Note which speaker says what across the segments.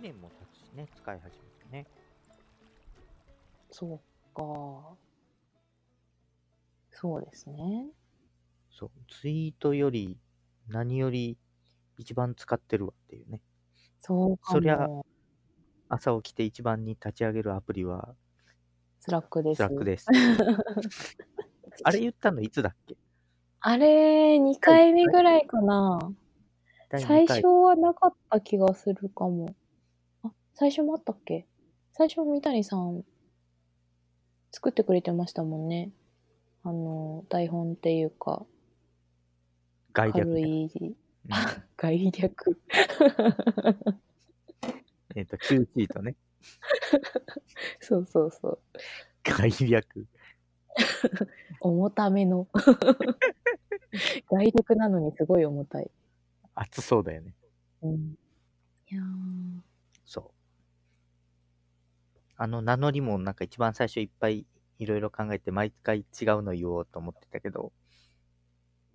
Speaker 1: ね、使い始めてね。
Speaker 2: そうか。そうですね。
Speaker 1: そう、ツイートより何より一番使ってるわっていうね。
Speaker 2: そうかも。
Speaker 1: そりゃ朝起きて一番に立ち上げるアプリは
Speaker 2: スラックです。
Speaker 1: スラック です。あれ言ったのいつだっけ
Speaker 2: あれ、2回目ぐらいかな。
Speaker 1: 第二
Speaker 2: 最
Speaker 1: 回
Speaker 2: 初はなかった気がするかも。あ、最初もあったっけ最初三谷さん作ってくれてましたもんね。あの、台本っていうか、
Speaker 1: 概略
Speaker 2: 軽
Speaker 1: ね、
Speaker 2: い
Speaker 1: うん
Speaker 2: 概略。
Speaker 1: えっ、と、QT とね、
Speaker 2: そうそうそう。
Speaker 1: 概略。
Speaker 2: 重ための。 概略なのにすごい重たい。
Speaker 1: 熱そうだよね。
Speaker 2: うん、いやー
Speaker 1: そう。あの、名乗りもなんか一番最初いっぱいいろいろ考えて、毎回違うの言おうと思ってたけど、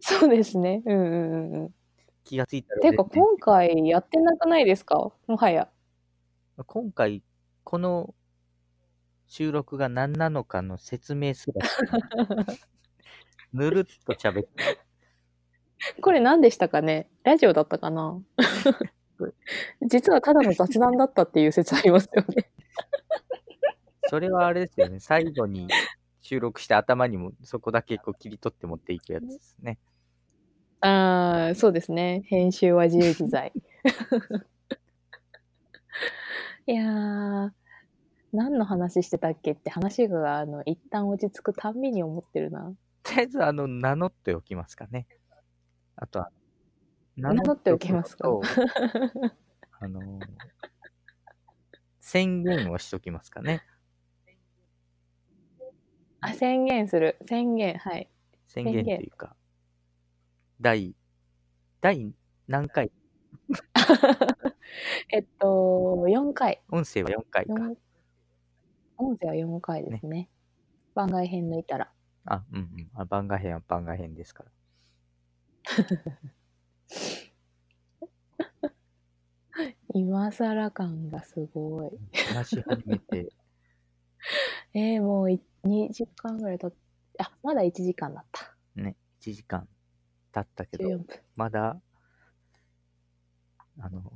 Speaker 2: そうですね。うんうんうんうん。
Speaker 1: 気がついたら
Speaker 2: ていうか、
Speaker 1: 全然
Speaker 2: 今回やってなくないですかもはや。
Speaker 1: 今回、この収録が何なのかの説明すらしてないぬるっと喋って、
Speaker 2: これ何でしたかねラジオだったか な実はただの雑談だったっていう説ありますよね。
Speaker 1: それはあれですよね、最後に収録して頭にもそこだけこう切り取って持っていくやつですね。
Speaker 2: ああ、そうですね。編集は自由自在。 いやー、何の話してたっけって話が、あの、一旦落ち着くたんびに思ってるな。
Speaker 1: とりあえず、あの、名乗っておきますかね。あとは、名
Speaker 2: 乗っておきますか
Speaker 1: とあの、宣言をしときますかね。
Speaker 2: あ、宣言する。宣言、はい。
Speaker 1: 宣
Speaker 2: 言
Speaker 1: 言というか、第、第何回
Speaker 2: えっと、4回。
Speaker 1: 音声は4回か。
Speaker 2: 四音声は4回ですね。番外編抜いたら。
Speaker 1: あ、うんうん。あ番外編は番外編ですから。
Speaker 2: 今更感がすごい。
Speaker 1: 話し始め て、
Speaker 2: えー、もうい2時間ぐらい経って、あ、まだ1時間だった。
Speaker 1: ね、1時間経ったけ
Speaker 2: 14
Speaker 1: ど、
Speaker 2: 分。
Speaker 1: まだ、あ の、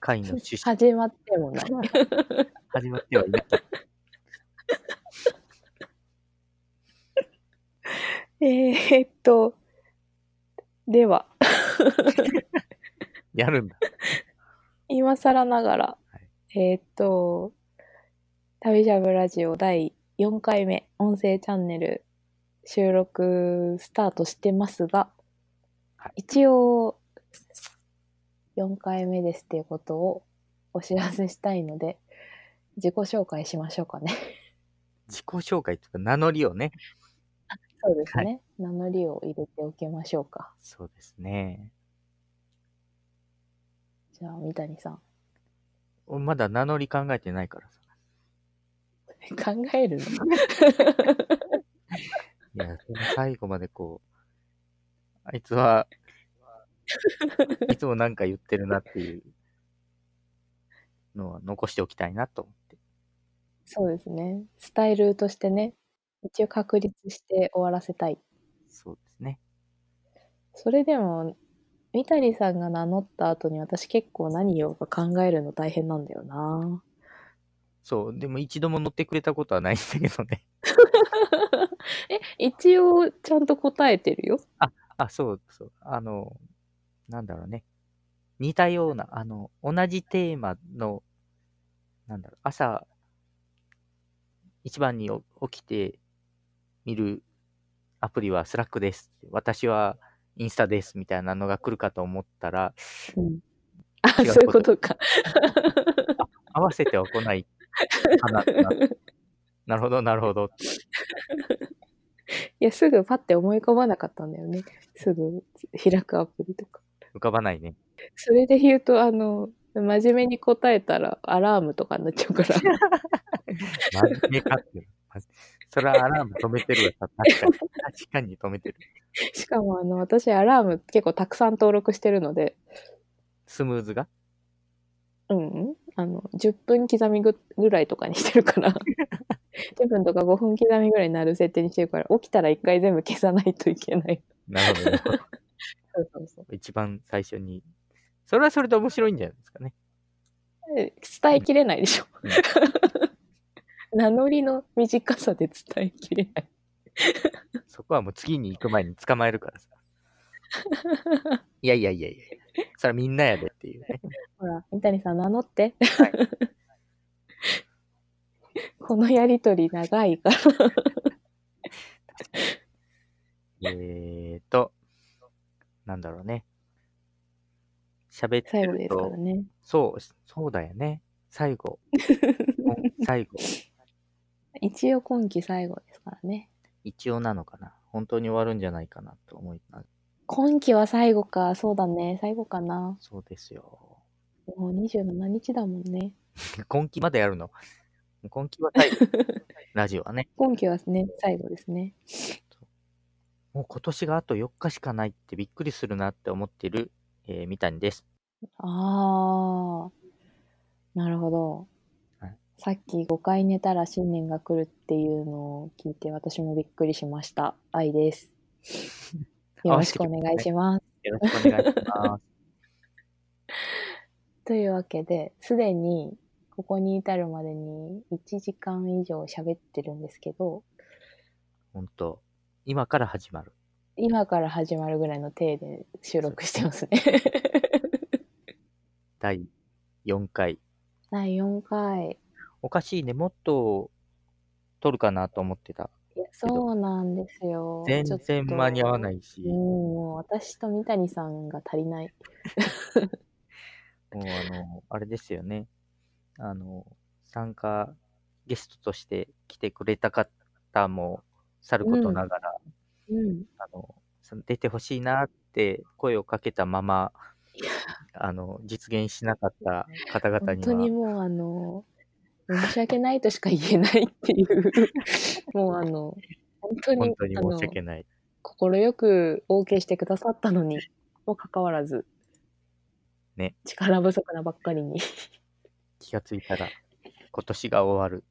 Speaker 1: 会の趣旨
Speaker 2: 始まってもない。
Speaker 1: 始まってはいなかっ
Speaker 2: えーっと、では、
Speaker 1: やるんだ。
Speaker 2: 今更ながら、
Speaker 1: は
Speaker 2: えーっと、旅ジャブラジオ第4回目、音声チャンネル収録スタートしてますが、
Speaker 1: はい
Speaker 2: 一応、4回目ですっていうことをお知らせしたいので、自己紹介しましょうかね。
Speaker 1: 自己紹介というか、名乗りをね。
Speaker 2: そうですね、
Speaker 1: は
Speaker 2: 名乗りを入れておきましょうか。
Speaker 1: そうですね。
Speaker 2: じゃあ、三谷さん。
Speaker 1: 俺まだ名乗り考えてないからさ。
Speaker 2: 考え るの
Speaker 1: いや、その最後までこう、あいつ は、いつもなんか言ってるなっていうのは残しておきたいなと思って。
Speaker 2: そうですね。スタイルとしてね、一応確立して終わらせたい。
Speaker 1: そうですね。
Speaker 2: それでも、三谷さんが名乗った後に私結構何言おうか考えるの大変なんだよな。
Speaker 1: そう、でも一度も乗ってくれたことはないんだけどね。
Speaker 2: え、一応ちゃんと答えてるよ。
Speaker 1: あ、そうそう。あの、なんだろうね。似たような、あの、同じテーマの、なんだろう、朝、一番にお起きて見るアプリはスラックです。私はインスタです。みたいなのが来るかと思ったら、
Speaker 2: うん、あ、
Speaker 1: 違うこと
Speaker 2: そういうことか。
Speaker 1: 合わせては来ないかな。ななるほど、なるほど。
Speaker 2: いや、すぐパッて思い浮かばなかったんだよね。すぐ開くアプリとか。
Speaker 1: 浮かばないね。
Speaker 2: それで言うと、あの、真面目に答えたらアラームとかになっちゃうから。
Speaker 1: 真面目かっていう。それはアラーム止めてるわ。確かに。確かに止めてる。
Speaker 2: しかも、あの、私、アラーム結構たくさん登録してるので、
Speaker 1: スムーズが
Speaker 2: うん、うん、あの、10分刻みぐぐらいとかにしてる から、10分とか5分刻みぐらいになる設定にしてるから、起きたら一回全部消さないといけない。
Speaker 1: なるほど。
Speaker 2: そうそうそう。
Speaker 1: 一番最初に。それはそれで面白いんじゃないですかね。
Speaker 2: え伝えきれないでしょ。名乗りの短さで伝えきれない。
Speaker 1: そこはもう次に行く前に捕まえるからさ。いやいやいやいやそれはみんなやでっていうね。
Speaker 2: ほら、三谷さん名乗って。
Speaker 1: はい
Speaker 2: このやりとり長いから。
Speaker 1: えーと、なんだろうね。喋って
Speaker 2: 最後
Speaker 1: る
Speaker 2: ですから
Speaker 1: と、
Speaker 2: ね。
Speaker 1: そう、そうだよね。最 後。最後。
Speaker 2: 一応今期最後ですからね。
Speaker 1: 一応なのかな。本当に終わるんじゃないかなと思いな
Speaker 2: 今期は最後か。そうだね。最後かな。
Speaker 1: そうですよ。
Speaker 2: もう27日だもんね。
Speaker 1: 今期までやるの。今期は最後。ラジオはね。
Speaker 2: 今期はね、最後ですね。
Speaker 1: もう今年があと4日しかないってびっくりするなって思ってる、えー三谷です。
Speaker 2: ああ、なるほど
Speaker 1: はい。
Speaker 2: さっき5回寝たら新年が来るっていうのを聞いて私もびっくりしました。愛です。よろしくお願いします。
Speaker 1: よろしくお願いします。
Speaker 2: というわけで、すでにここに至るまでに1時間以上喋ってるんですけど、
Speaker 1: 本当今から始まる。
Speaker 2: 今から始まるぐらいの体で収録してます ね。
Speaker 1: 第4回。
Speaker 2: 第4回。
Speaker 1: おかしいね。もっと撮るかなと思ってた。
Speaker 2: いやそうなんですよ。
Speaker 1: 全
Speaker 2: ちょ
Speaker 1: 然
Speaker 2: っと
Speaker 1: 間に合わないし、
Speaker 2: うん、
Speaker 1: も
Speaker 2: もう私と三谷さんが足りない。
Speaker 1: うあの、あれですよね。あの、参加ゲストとして来てくれた方もさることながら、
Speaker 2: うん。
Speaker 1: あの、その出てほしいなって声をかけたまま、あの、実現しなかった方々
Speaker 2: 本
Speaker 1: に
Speaker 2: 当に
Speaker 1: は、
Speaker 2: もうあの、申し訳ないとしか言えないって いう、もうあの、本当に
Speaker 1: 本当に申し
Speaker 2: あの
Speaker 1: 訳ない。
Speaker 2: 快く OK してくださったのにもかかわらず、
Speaker 1: ね、
Speaker 2: 力不足なばっかりに。
Speaker 1: 気がついたら、今年が終わる。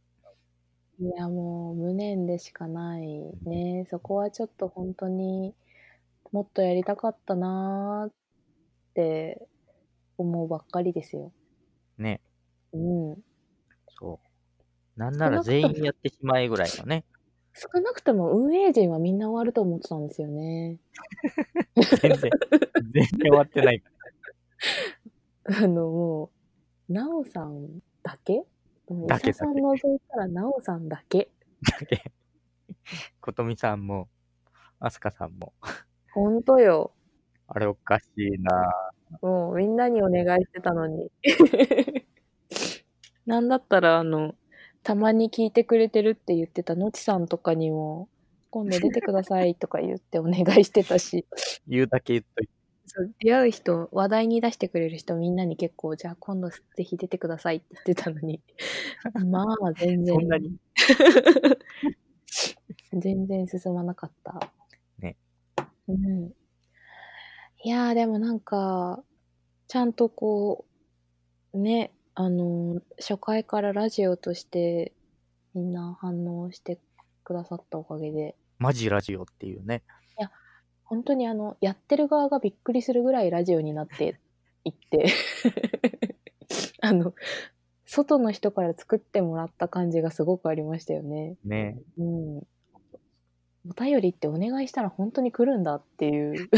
Speaker 2: いやもう無念でしかないね。そこはちょっと本当にもっとやりたかったなーって思うばっかりですよ。
Speaker 1: ね、
Speaker 2: うん。
Speaker 1: そう。なんなら全員やってしまえぐらいのね、
Speaker 2: 少なくとも運営陣はみんな終わると思ってたんですよね。
Speaker 1: 全然、全然終わってない。
Speaker 2: あの、もう、なおさんだけうん
Speaker 1: だけ
Speaker 2: 伊佐さん除いたらなおさんだけ。
Speaker 1: ことみさんも、あすかさんも、
Speaker 2: ほんとよ。
Speaker 1: あれおかしいな
Speaker 2: もうみんなにお願いしてたのに。 なんだったら、あの、たまに聞いてくれてるって言ってたのちさんとかにも、今度出てくださいとか言ってお願いしてたし、
Speaker 1: 言うだけ言っといて。
Speaker 2: そう出会う人、話題に出してくれる人みんなに結構、じゃあ今度ぜひ出てくださいって言ってた のに、まあ全然
Speaker 1: そんなに、
Speaker 2: 全然進まなかった。
Speaker 1: ね。
Speaker 2: うん。いやーでもなんか、ちゃんとこう、ね、あのー初回からラジオとしてみんな反応してくださったおかげで、
Speaker 1: マジラジオっていうね。
Speaker 2: 本当にあの、やってる側がびっくりするぐらいラジオになっていって、 あの、外の人から作ってもらった感じがすごくありましたよね。
Speaker 1: ね。
Speaker 2: うん。お便りってお願いしたら本当に来るんだっていう。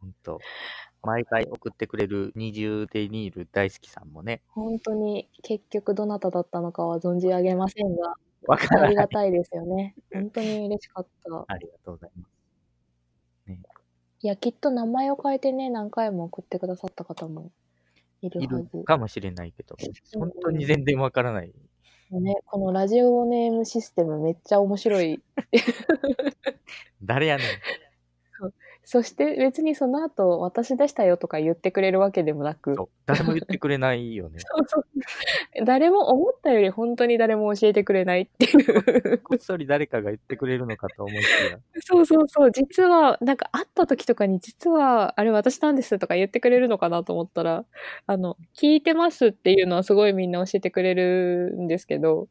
Speaker 1: ほんと。毎回送ってくれる二重デニール大好きさんもね、
Speaker 2: 本当に結局どなただったのかは存じ上げませんが、
Speaker 1: わか
Speaker 2: あ
Speaker 1: ら
Speaker 2: り
Speaker 1: ない。
Speaker 2: がたいですよね。本当に嬉しかった。
Speaker 1: ありがとうございます。
Speaker 2: いや、きっと名前を変えてね、何回も送ってくださった方もいる
Speaker 1: い
Speaker 2: は
Speaker 1: る
Speaker 2: ず。
Speaker 1: かもしれないけど、本当に全然わからない。
Speaker 2: ね、このラジオネーム システムめっちゃ面白い。
Speaker 1: 誰やねん。
Speaker 2: そして別にその後私でしたよとか言ってくれるわけでもなく、
Speaker 1: そう誰も言ってくれないよね。
Speaker 2: そうそう 誰も思ったより本当に誰も教えてくれないっていう。
Speaker 1: こっそり誰かが言ってくれるのかと思いきや、
Speaker 2: そうそうそう、実は、なんか会った時とかに、実は、あれ私なんですとか言ってくれるのかなと思ったら、あの、聞いてますっていうのはすごいみんな教えてくれるんですけど、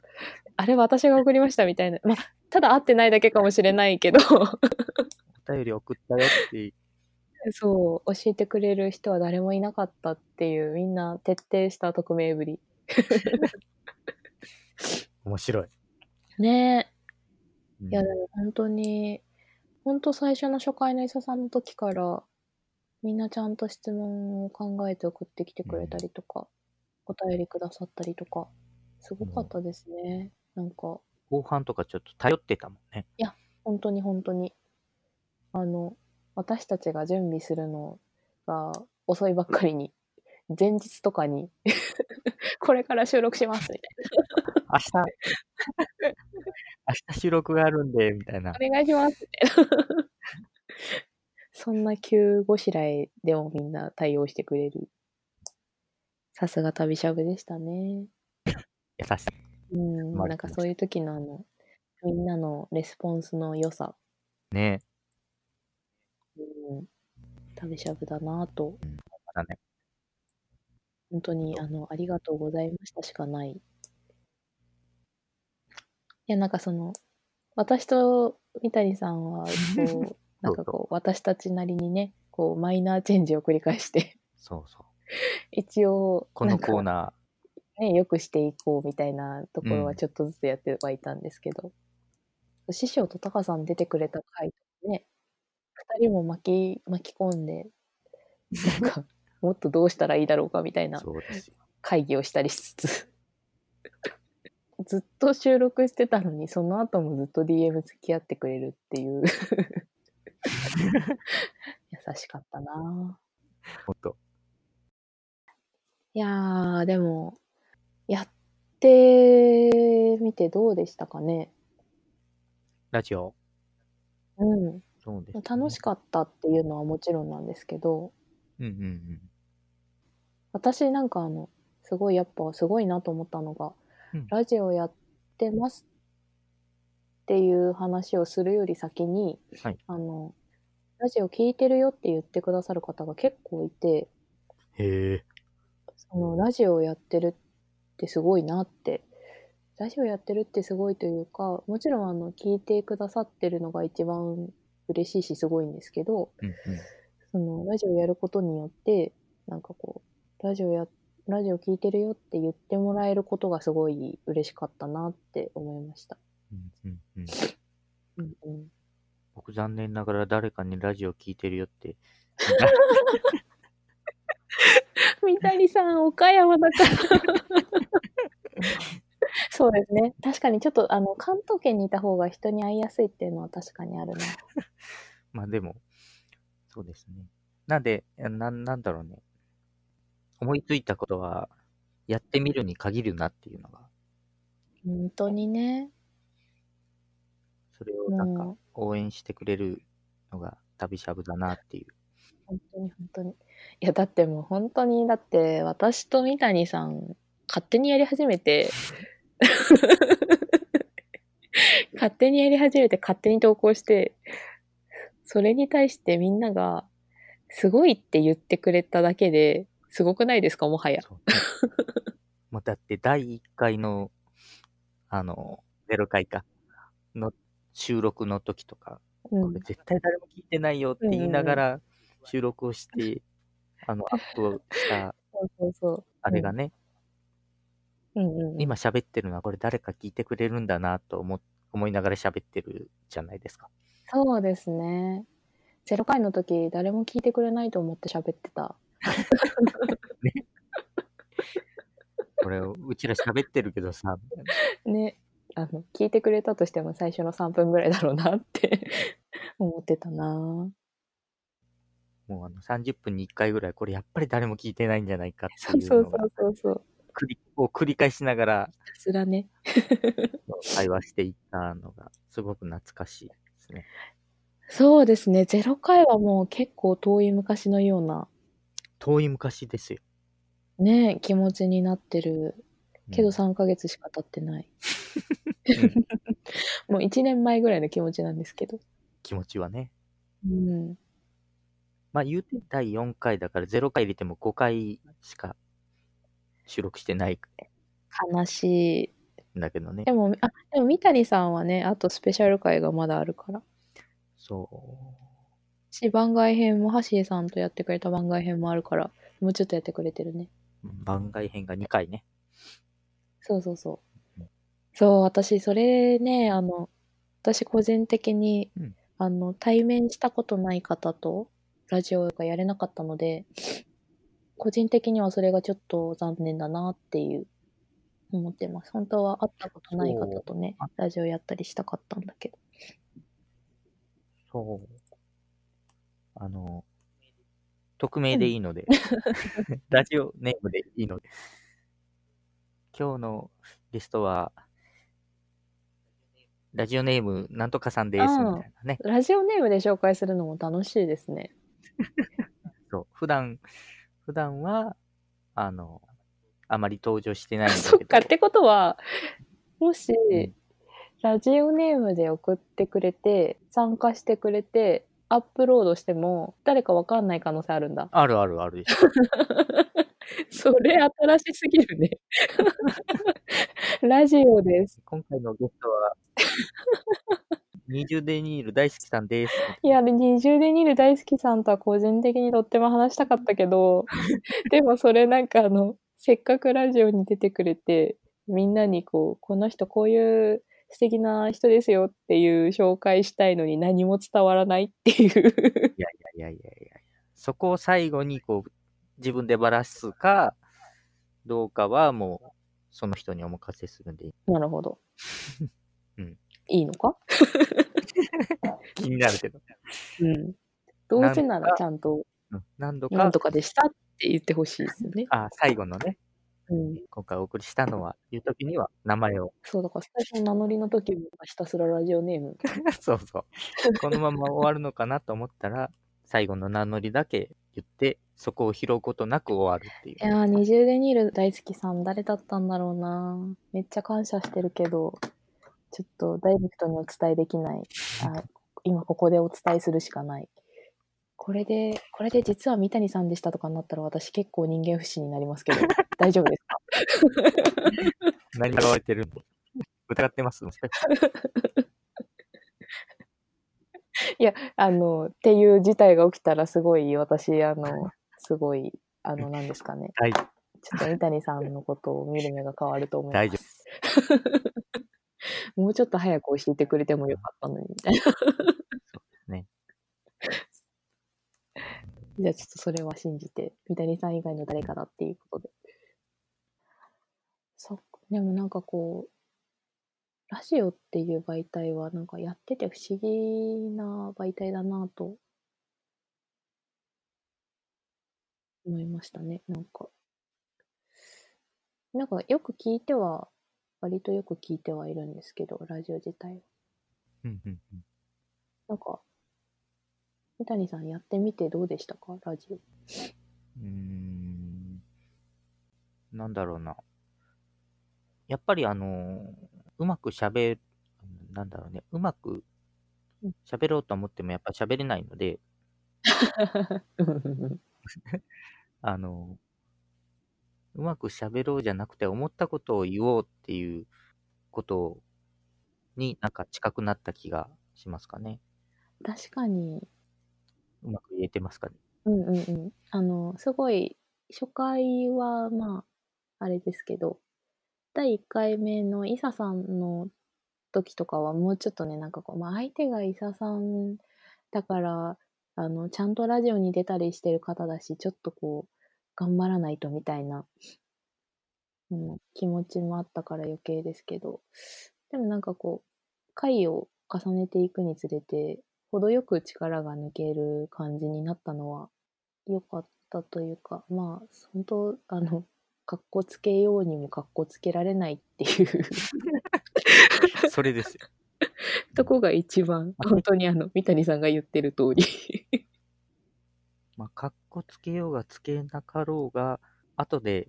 Speaker 2: あれ私が送りましたみたいな、まあ、ただ会ってないだけかもしれないけど、
Speaker 1: お便り送ったよって
Speaker 2: そう、教えてくれる人は誰もいなかったっていう、みんな徹底した匿名ぶり。
Speaker 1: 面白い。
Speaker 2: ねえ。
Speaker 1: うん
Speaker 2: いや、でも本当に、本当最初の初回の伊佐さんの時から、みんなちゃんと質問を考えて送ってきてくれたりとか、お便りくださったりとか、すごかったですね。なんか、
Speaker 1: 後半とかちょっと頼ってたもんね。
Speaker 2: 本当に本当に、あの、私たちが準備するのが遅いばっかりに、前日とかに、 これから収録しますみたい
Speaker 1: 明日、明日収録があるんで、みたいな。
Speaker 2: な。お願いしますみたいな。そんな急ごしらえでもみんな対応してくれる。さすが旅しゃぶでしたね。
Speaker 1: 優しい。
Speaker 2: うん、
Speaker 1: まあ
Speaker 2: なんかそういう時のあの、みんなのレスポンスの良さ、
Speaker 1: ね
Speaker 2: うん、旅しゃぶだなぁと
Speaker 1: まだね。
Speaker 2: 本当に、
Speaker 1: そ
Speaker 2: あの、ありがとうございましたしかない。いや、なんかその、私と三谷さんは、 こう、なんかこう、私たちなりにね、こう、マイナーチェンジを繰り返して、
Speaker 1: そうそう。
Speaker 2: 一応、
Speaker 1: このコー
Speaker 2: なんか
Speaker 1: ナ
Speaker 2: ね、よくしていこうみたいなところ
Speaker 1: う
Speaker 2: は
Speaker 1: ん
Speaker 2: ちょっとずつやってはいたんですけど、師匠とタカさん出てくれた回とかね、二人も巻き、巻き込んで、なんか、もっとどうしたらいいだろうかみたい
Speaker 1: ー、
Speaker 2: な
Speaker 1: そうですよ。
Speaker 2: 会議をしたりしつつ ずっと収録してたのにその後もずっと DM 付き合ってくれるって いう優しかったなぁ
Speaker 1: ほんと。
Speaker 2: いやーでもやってみてどうでしたかね
Speaker 1: ラジオ。
Speaker 2: うん
Speaker 1: そうです、
Speaker 2: 楽しかったっていうのはもちろんなんですけど
Speaker 1: うんうんうん。
Speaker 2: 私なんかあのすごいやっぱすごいなと思ったのが、
Speaker 1: うん
Speaker 2: ラジオやってますっていう話をするより先に、
Speaker 1: はい
Speaker 2: あのラジオ聞いてるよって言ってくださる方が結構いて
Speaker 1: へえ。
Speaker 2: そのラジオやってるってすごいなってラジオやってるってすごいというかもちろんあの聞いてくださってるのが一番嬉しいしすごいんですけど、
Speaker 1: うんうん。
Speaker 2: そのラジオやることによってなんかこうラジオやラジオ聞いてるよって言ってもらえることがすごい嬉しかったなって思いました。
Speaker 1: うんうんうん、
Speaker 2: うんうん、
Speaker 1: 僕、残念ながら誰かにラジオ聞いてるよって。
Speaker 2: 三谷さん岡山だから そうですね確かにちょっとあの関東圏にいた方が人に会いやすいっていうのは確かにあるな。
Speaker 1: まあでも、そうですね。なんで、ななんだろうね。思いついたことは、やってみるに限るなっていうのが、
Speaker 2: 本当にね
Speaker 1: それをなん
Speaker 2: う
Speaker 1: か
Speaker 2: ん
Speaker 1: 応援してくれるのが旅しゃぶだなっていう。
Speaker 2: 本当に本当にいやだってもう本当にだって私と三谷さん勝手にやり始めて 勝手にやり始めて勝手に投稿してそれに対してみんなが「すごい」って言ってくれただけですごくないですかもはや
Speaker 1: そう ねもうだって、第1回の、あの、0回か、の収録の時とか、
Speaker 2: う
Speaker 1: こ
Speaker 2: ん
Speaker 1: れ絶対誰も聞いてないよって言いながら収録をして、あの、アップを した、
Speaker 2: そうそうそう
Speaker 1: あれがね、
Speaker 2: うんうんうん
Speaker 1: 今喋ってるのはこれ誰か聞いてくれるんだなと思思いながら喋ってるじゃないですか。
Speaker 2: そうですねゼロ回の時誰も聞いてくれないと思って喋ってた
Speaker 1: これを、うちら喋ってるけどさ、
Speaker 2: ね、あの聞いてくれたとしても最初の3分ぐらいだろうなって 思ってたな
Speaker 1: もうあの30分に1回ぐらい、これやっぱり誰も聞いてないんじゃないかって
Speaker 2: そう
Speaker 1: いう
Speaker 2: そう
Speaker 1: の
Speaker 2: そ
Speaker 1: が
Speaker 2: うそうそう
Speaker 1: 繰りを繰り返しながら
Speaker 2: ひたすらね
Speaker 1: 会話していったのがすごく懐かしいですね。
Speaker 2: そうですね。0回はもう結構遠い昔のような、
Speaker 1: 遠い昔ですよ。
Speaker 2: ね、気持ちになってる。
Speaker 1: うん
Speaker 2: けど3ヶ月しか経ってない。
Speaker 1: うん
Speaker 2: もう1年前ぐらいの気持ちなんですけど。
Speaker 1: 気持ちはね。
Speaker 2: うん。
Speaker 1: まあ言うて第4回だから0回入れても5回しか収録してない
Speaker 2: 悲し
Speaker 1: んだけどね
Speaker 2: い。で。も、あ、でも三谷さんはね、あとスペシャル回がまだあるから。
Speaker 1: そう。
Speaker 2: し、番外編も、ハシーさんとやってくれた番外編もあるから、もうちょっとやってくれてるね。
Speaker 1: 番外編が2回ね。
Speaker 2: そうそうそうう。そう、私、それね、あの、私個人的に、
Speaker 1: うん
Speaker 2: あの、対面したことない方と、ラジオがやれなかったので、個人的にはそれがちょっと残念だなっていう、思ってます。本当は会ったことない方とね
Speaker 1: そう、
Speaker 2: ラジオやったりしたかったんだけど。
Speaker 1: そう。あの、匿名でいいので、 ラジオネームでいいので。今日のゲストは、ラジオネームなんとかさんですみたいなね。
Speaker 2: ラジオネームで紹介するのも楽しいですね。
Speaker 1: そう。普段、普段は、あの、あまり登場してないんだけど。
Speaker 2: そっか。ってことは、もし、
Speaker 1: ん。
Speaker 2: ラジオネームで送ってくれて、参加してくれて、アップロードしても、誰かわかんない可能性あるんだ
Speaker 1: あるあるあるでし ょ。
Speaker 2: それ新しすぎるね。 ラジオです。
Speaker 1: 今回のゲストは、二重デニール大好きさんです。
Speaker 2: いや、二重でニール大好きさんとは個人的にとっても話したかったけ ど、でもそれなんかあの、せっかくラジオに出てくれて、みんなにこう、この人こういう素敵な人ですよっていう紹介したいのに何も伝わらないって いう。
Speaker 1: いやいやいやいやいや。そこを最後にこう自分でばらすかどうかはもうその人にお任せするんでいい
Speaker 2: なるほど。
Speaker 1: うん
Speaker 2: いいのか
Speaker 1: 気になるけど。
Speaker 2: うん。どうせならちゃんと、
Speaker 1: うん何度
Speaker 2: な
Speaker 1: か
Speaker 2: んとかでしたって言ってほしいですよね。
Speaker 1: あ最後のね、
Speaker 2: うん。
Speaker 1: 今回お送りしたのは、いう時には名前を。
Speaker 2: そう、だから最初の名乗りの時もひたすらラジオネーム。
Speaker 1: そうそう。このまま終わるのかなと思ったら、最後の名乗りだけ言って、そこを拾うことなく終わるっていう。
Speaker 2: いやー、二重デニール大好きさん、誰だったんだろうな。めっちゃ感謝してるけど、ちょっとダイレクトにお伝えできない。あ今ここでお伝えするしかない。これで、これで実は三谷さんでしたとかになったら私結構人間不信になりますけど、大丈夫ですか
Speaker 1: 何がわれてるの疑ってます
Speaker 2: あの、っていう事態が起きたらすごい私、あの、すごい、あの、何ですかね。
Speaker 1: 大
Speaker 2: ちょっと三谷さんのことを見る目が変わると思います。
Speaker 1: 大丈夫です。
Speaker 2: もうちょっと早く教えてくれてもよかったのに、みたいな。
Speaker 1: ね
Speaker 2: じゃあちょっとそれは信じて、三谷さん以外の誰かだっていうことで。そっかでもなんかこう、ラジオっていう媒体はなんかやってて不思議な媒体だなと思いましたね。なんか、なんかよく聞いては、割とよく聞いてはいるんですけど、ラジオ自体は。
Speaker 1: うんうんうん
Speaker 2: なんか、三谷さんやってみてどうでしたかラジオ。
Speaker 1: うーんなんだろうな。やっぱりあのーうまく喋る、なんだろうね、うまく
Speaker 2: うん
Speaker 1: 喋ろうと思ってもやっぱ喋れないので、あのーうまく喋ろうじゃなくて思ったことを言おうっていうことになんか近くなった気がしますかね。
Speaker 2: 確かに、
Speaker 1: うまく言えてますかね。
Speaker 2: うんうんうん。あの、すごい、初回は、まあ、あれですけど、第1回目のイサさんの時とかは、もうちょっとね、なんかこう、まあ、相手がイサさんだから、あの、ちゃんとラジオに出たりしてる方だし、ちょっとこう、頑張らないとみたいな、うん、気持ちもあったから余計ですけど、でもなんかこう、回を重ねていくにつれて、程よく力が抜ける感じになったのは良かったというかまあ本当あの かっこつけようにもかっこつけられないっていう
Speaker 1: それですよ。
Speaker 2: とこが一番、本当にあの、三谷さんが言ってる通り。
Speaker 1: まあ、かっこつけようがつけなかろうが、後で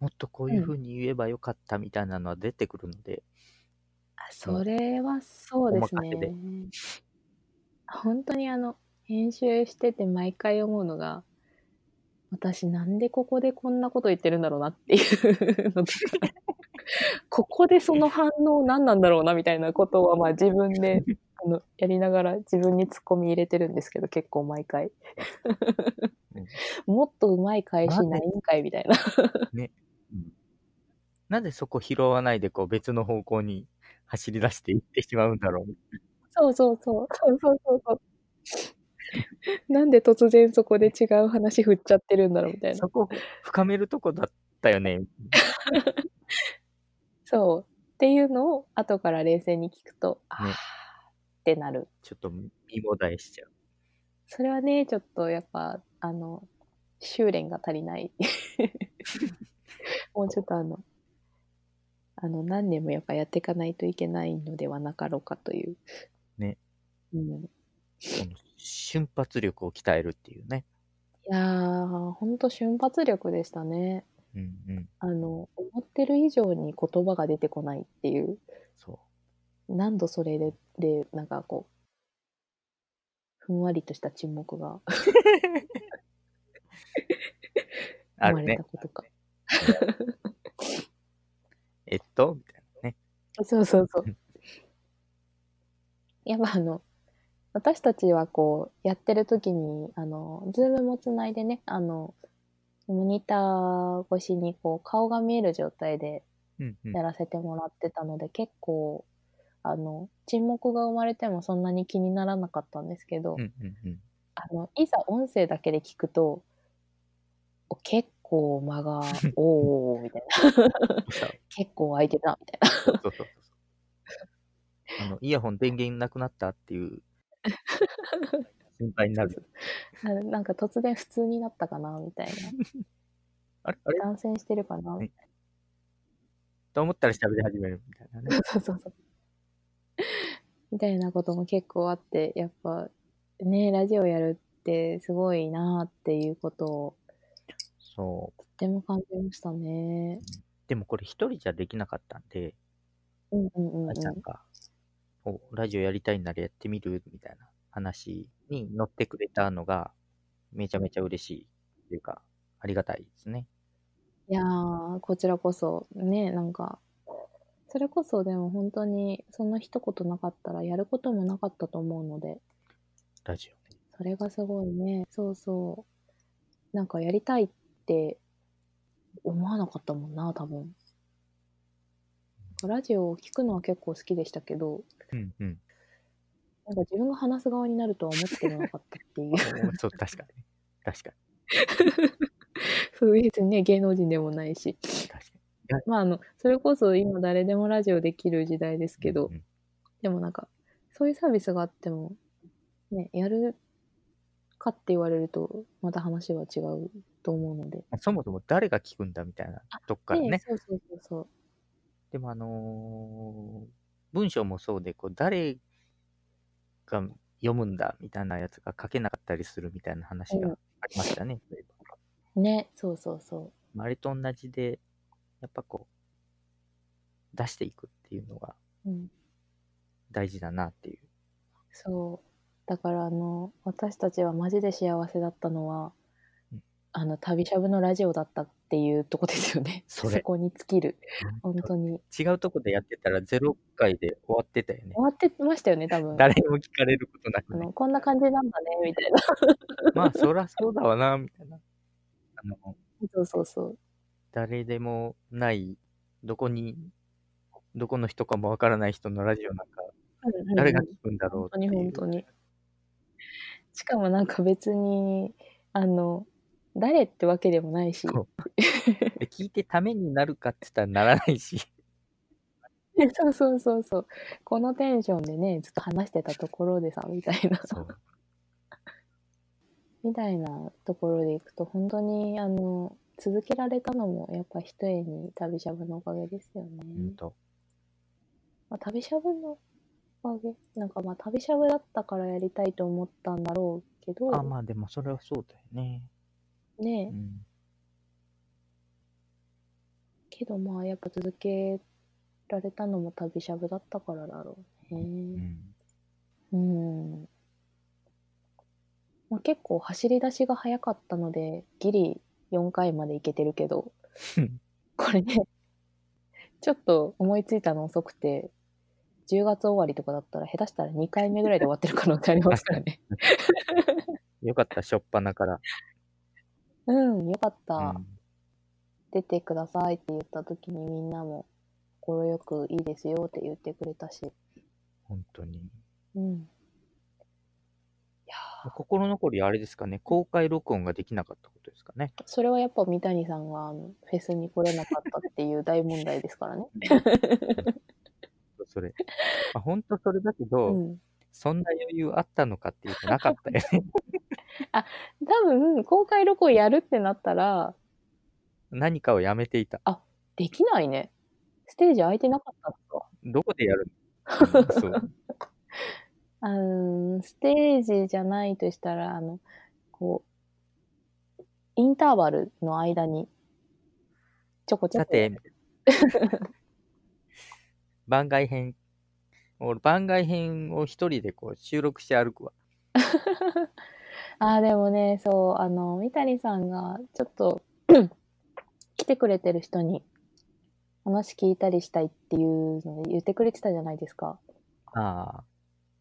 Speaker 1: もっとこういう風に言えばよかったみたいなのは出てくるので、
Speaker 2: あそれはそうですね
Speaker 1: お任せで。
Speaker 2: 本当にあの、編集してて毎回思うのが、私なんでここでこんなこと言ってるんだろうなっていうのとか ここでその反応何なんだろうなみたいなことはまあ自分であのやりながら自分に突っ込み入れてるんですけど結構毎回 もっと上手い返しになりんかいみたいな
Speaker 1: なぜそこ拾わないでこう別の方向に走り出していってしまうんだろう。
Speaker 2: そうそうそう。そうそうそうそう。なんで突然そこで違う話振っちゃってるんだろうみたいな。
Speaker 1: そこ深めるとこだったよね。
Speaker 2: そう。っていうのを後から冷静に聞くと、あーってなる。
Speaker 1: ちょっと身もだえしちゃう。
Speaker 2: それはね、ちょっとやっぱ、あの、修練が足り ない。もうちょっとあの、あの、何年もやっぱやっていかないといけないのではなかろうかという。
Speaker 1: ね。
Speaker 2: うん。
Speaker 1: この瞬発力を鍛えるっていうね。
Speaker 2: いやー、ほんと瞬発力でしたね。
Speaker 1: うんうん。
Speaker 2: あの、思ってる以上に言葉が出てこないっていう、
Speaker 1: そう。
Speaker 2: 何度それで、で、なんかこう、ふんわりとした沈黙が
Speaker 1: あ
Speaker 2: 生ま
Speaker 1: るね
Speaker 2: れた。ことか。
Speaker 1: えっと、みたいなね。
Speaker 2: そうそうそう
Speaker 1: うん。
Speaker 2: やっぱあの、私たちはこう、やってる時に、あの、ズームもつないでね、あの、モニター越しにこう、顔が見える状態で
Speaker 1: うんうん
Speaker 2: や。らせてもらってたので、結構あの沈黙が生まれてもそんなに気にならなかったんですけど、
Speaker 1: うんうんうん。
Speaker 2: あのいざ音声だけで聞くとお結構 間がおーおーみたいな
Speaker 1: そう
Speaker 2: 結構空いてたみたいな
Speaker 1: そうそうそうそう。あの、イヤホン電源なくなったっていう心配にな る。
Speaker 2: あのなんか突然普通になったかな みたい
Speaker 1: あれあれ
Speaker 2: な断線してるかな
Speaker 1: ねと思ったら喋り始めるみたいなね。
Speaker 2: そうそうそう。みたいなことも結構あって、やっぱね、ラジオやるってすごいなっていうことを
Speaker 1: そう。
Speaker 2: とっても感じましたね。
Speaker 1: でもこれ一人じゃできなかったんで、
Speaker 2: うんうんうん、う
Speaker 1: あ
Speaker 2: ん
Speaker 1: い。ちゃんが、おラジオやりたいならやってみるみたいな話に乗ってくれたのが、めちゃめちゃ嬉しいっていうか、ありがたいですね。
Speaker 2: いやー、こちらこそ、ね、なんか、それこそでも本当にその一言なかったらやることもなかったと思うので、
Speaker 1: ラジオね。
Speaker 2: それがすごいね、そうそう。なんかやりたいって思わなかったもんな、多分。ラジオを聞くのは結構好きでしたけど、
Speaker 1: うんうん。
Speaker 2: なんか自分が話す側になるとは思ってなかったって いう。
Speaker 1: そう、確かに。確か
Speaker 2: そう別にね、芸能人でもないし。
Speaker 1: に。確かに。
Speaker 2: まあ、あの、それこそ今誰でもラジオできる時代ですけど、
Speaker 1: うんうん
Speaker 2: でもなんか、そういうサービスがあっても、ね、やるかって言われると、また話は違うと思うので。
Speaker 1: まあそもそも誰が聞くんだみたいなとこからね。
Speaker 2: そうそうそうそう。
Speaker 1: でもあのー文章もそうで、こう、誰が読むんだみたいなやつが書けなかったりするみたいな話がありましたね。そういえば
Speaker 2: ね、そうそうそ
Speaker 1: まああれと同じで、やっぱこう、出していくっていうのが
Speaker 2: う。うん。
Speaker 1: 大事だなっていう。
Speaker 2: そう。だからあの、私たちはマジで幸せだったのは
Speaker 1: うん、
Speaker 2: あの、旅しゃぶのラジオだったっていうとこですよね。
Speaker 1: それ
Speaker 2: こに尽きる。本当に。
Speaker 1: 違うとこでやってたら0回で終わってたよね
Speaker 2: 終。わってましたよね、多分。
Speaker 1: 誰にも聞かれることな
Speaker 2: あ
Speaker 1: くね。
Speaker 2: の、こんな感じなんだね、みたいな。
Speaker 1: まあ、そらそうだわな、みたいな。あの、
Speaker 2: そうそうそう。
Speaker 1: 誰でもない、どこに、どこの人かもわからない人のラジオなんか、誰が聞くんだろう
Speaker 2: 本
Speaker 1: っ
Speaker 2: 当
Speaker 1: てい
Speaker 2: に
Speaker 1: う。
Speaker 2: 本当に。しかもなんか別に、あの、誰ってわけでもないし。
Speaker 1: そうで聞いてためになるかって言ったらならない し、
Speaker 2: そうそうそうそう。このテンションでね、ずっと話してたところでさ、みたいな。
Speaker 1: そう。
Speaker 2: みたいなところでいくと、本当に、あの、続けられたのも、やっぱ一重に旅しゃぶのおかげですよね。
Speaker 1: うんと、
Speaker 2: まあ、旅しゃぶのおかげ。なんかまあ、旅しゃぶだったからやりたいと思ったんだろうけど、
Speaker 1: あ、まあでもそれはそうだよね。う
Speaker 2: ねえ、
Speaker 1: ん。
Speaker 2: けどまあ、やっぱ続けられたのも旅しゃぶだったからだろう
Speaker 1: う
Speaker 2: ね。
Speaker 1: ん、
Speaker 2: うん。まあ、結構走り出しが早かったので、ギリ4回までいけてるけど、これね、ちょっと思いついたの遅くて、10月終わりとかだったら、下手したら2回目ぐらいで終わってる可能性ありますからね。
Speaker 1: よかった、しょっぱなから。
Speaker 2: うん、よかった。
Speaker 1: うん
Speaker 2: 出てくださいって言った時にみんなも快くいいですよって言ってくれたし、
Speaker 1: 本当に。
Speaker 2: うん、
Speaker 1: 心残りはあれですかね、公開録音ができなかったことですか ね。
Speaker 2: それはやっぱ三谷さんがあのフェスに来れなかったっていう大問題ですからね。
Speaker 1: それ。まあ、本 当それだけ
Speaker 2: う
Speaker 1: ど、
Speaker 2: ん、
Speaker 1: そんな余裕あったのかっていうとなかった よね。
Speaker 2: 多分公開旅行やるってなったら
Speaker 1: 何かをやめていた。
Speaker 2: できないね。ステージ空いてなかったとか。
Speaker 1: どこでやる の、うんそう。
Speaker 2: うーん、ステージじゃないとしたら、あの、こう、インターバルの間に、ちょこちょ
Speaker 1: さ
Speaker 2: こ。
Speaker 1: て、番外編。俺、番外編を一人でこう収録して歩くわ。
Speaker 2: ああ、でもね、そう、あの、三谷さんが、ちょっと、 来てくれてる人に、話聞いたりしたいっていうので言ってくれてたじゃないですか。
Speaker 1: ああ。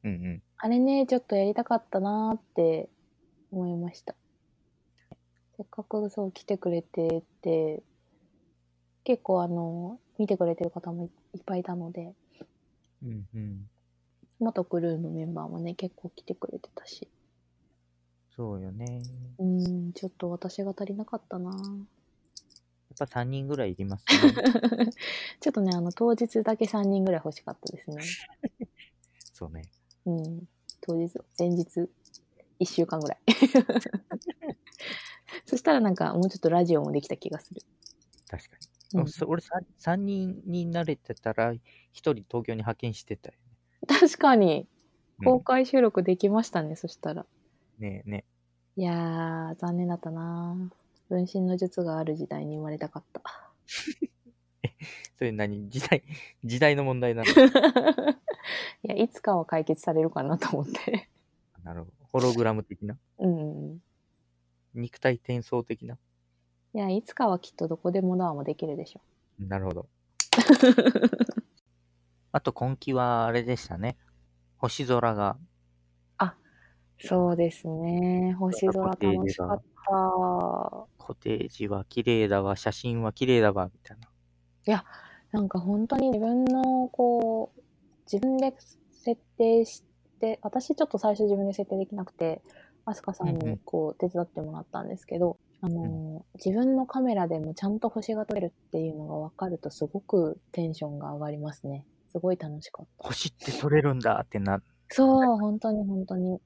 Speaker 1: うんうん。
Speaker 2: あれね、ちょっとやりたかったなーって思いました。せっかくそう来てくれてて、結構あの、見てくれてる方もいっぱいいたので、
Speaker 1: うんうん。
Speaker 2: 元クルーのメンバーもね、結構来てくれてたし、
Speaker 1: そうよね。
Speaker 2: うーん、ちょっと私が足りなかったなー
Speaker 1: やっぱ3人ぐらいいります ね。
Speaker 2: ちょっとね、あの、当日だけ3人ぐらい欲しかったですね。
Speaker 1: そうね。
Speaker 2: うん。当日、前日、1週間ぐらい。 そしたらなんか、もうちょっとラジオもできた気がする。
Speaker 1: 確か
Speaker 2: う
Speaker 1: に。
Speaker 2: ん
Speaker 1: そ俺 3, 三人になれてたら、1人東京に派遣してたよね。
Speaker 2: 確かに、
Speaker 1: うん
Speaker 2: 公開収録できましたね、そしたら。
Speaker 1: ねえね
Speaker 2: いやー、残念だったな分身の術がある時代に生まれたかった。
Speaker 1: え。それ何時代、時代の問題なの
Speaker 2: いや、いつかは解決されるかなと思って。
Speaker 1: なるほど。ホログラム的な
Speaker 2: うんうん。
Speaker 1: 肉体転送的ない
Speaker 2: や、いつかはきっとどこでもドアもできるでしょ。
Speaker 1: なるほど。 あと今季はあれでしたね。星空が。
Speaker 2: そうですね。星空楽しかった。
Speaker 1: コテージは綺麗だわ、写真は綺麗だわ、みたいな。
Speaker 2: なんか本当に自分のこう自分で設定して私ちょっと最初自分で設定できなくてアスカさん
Speaker 1: うんうん
Speaker 2: にこう手伝ってもらったんですけど、あのー自分のカメラでもちゃんと星が撮れるっていうのが分かるとすごくテンションが上がりますねすごい楽しかった
Speaker 1: 星って撮れるんだってな。
Speaker 2: そう本当に本当に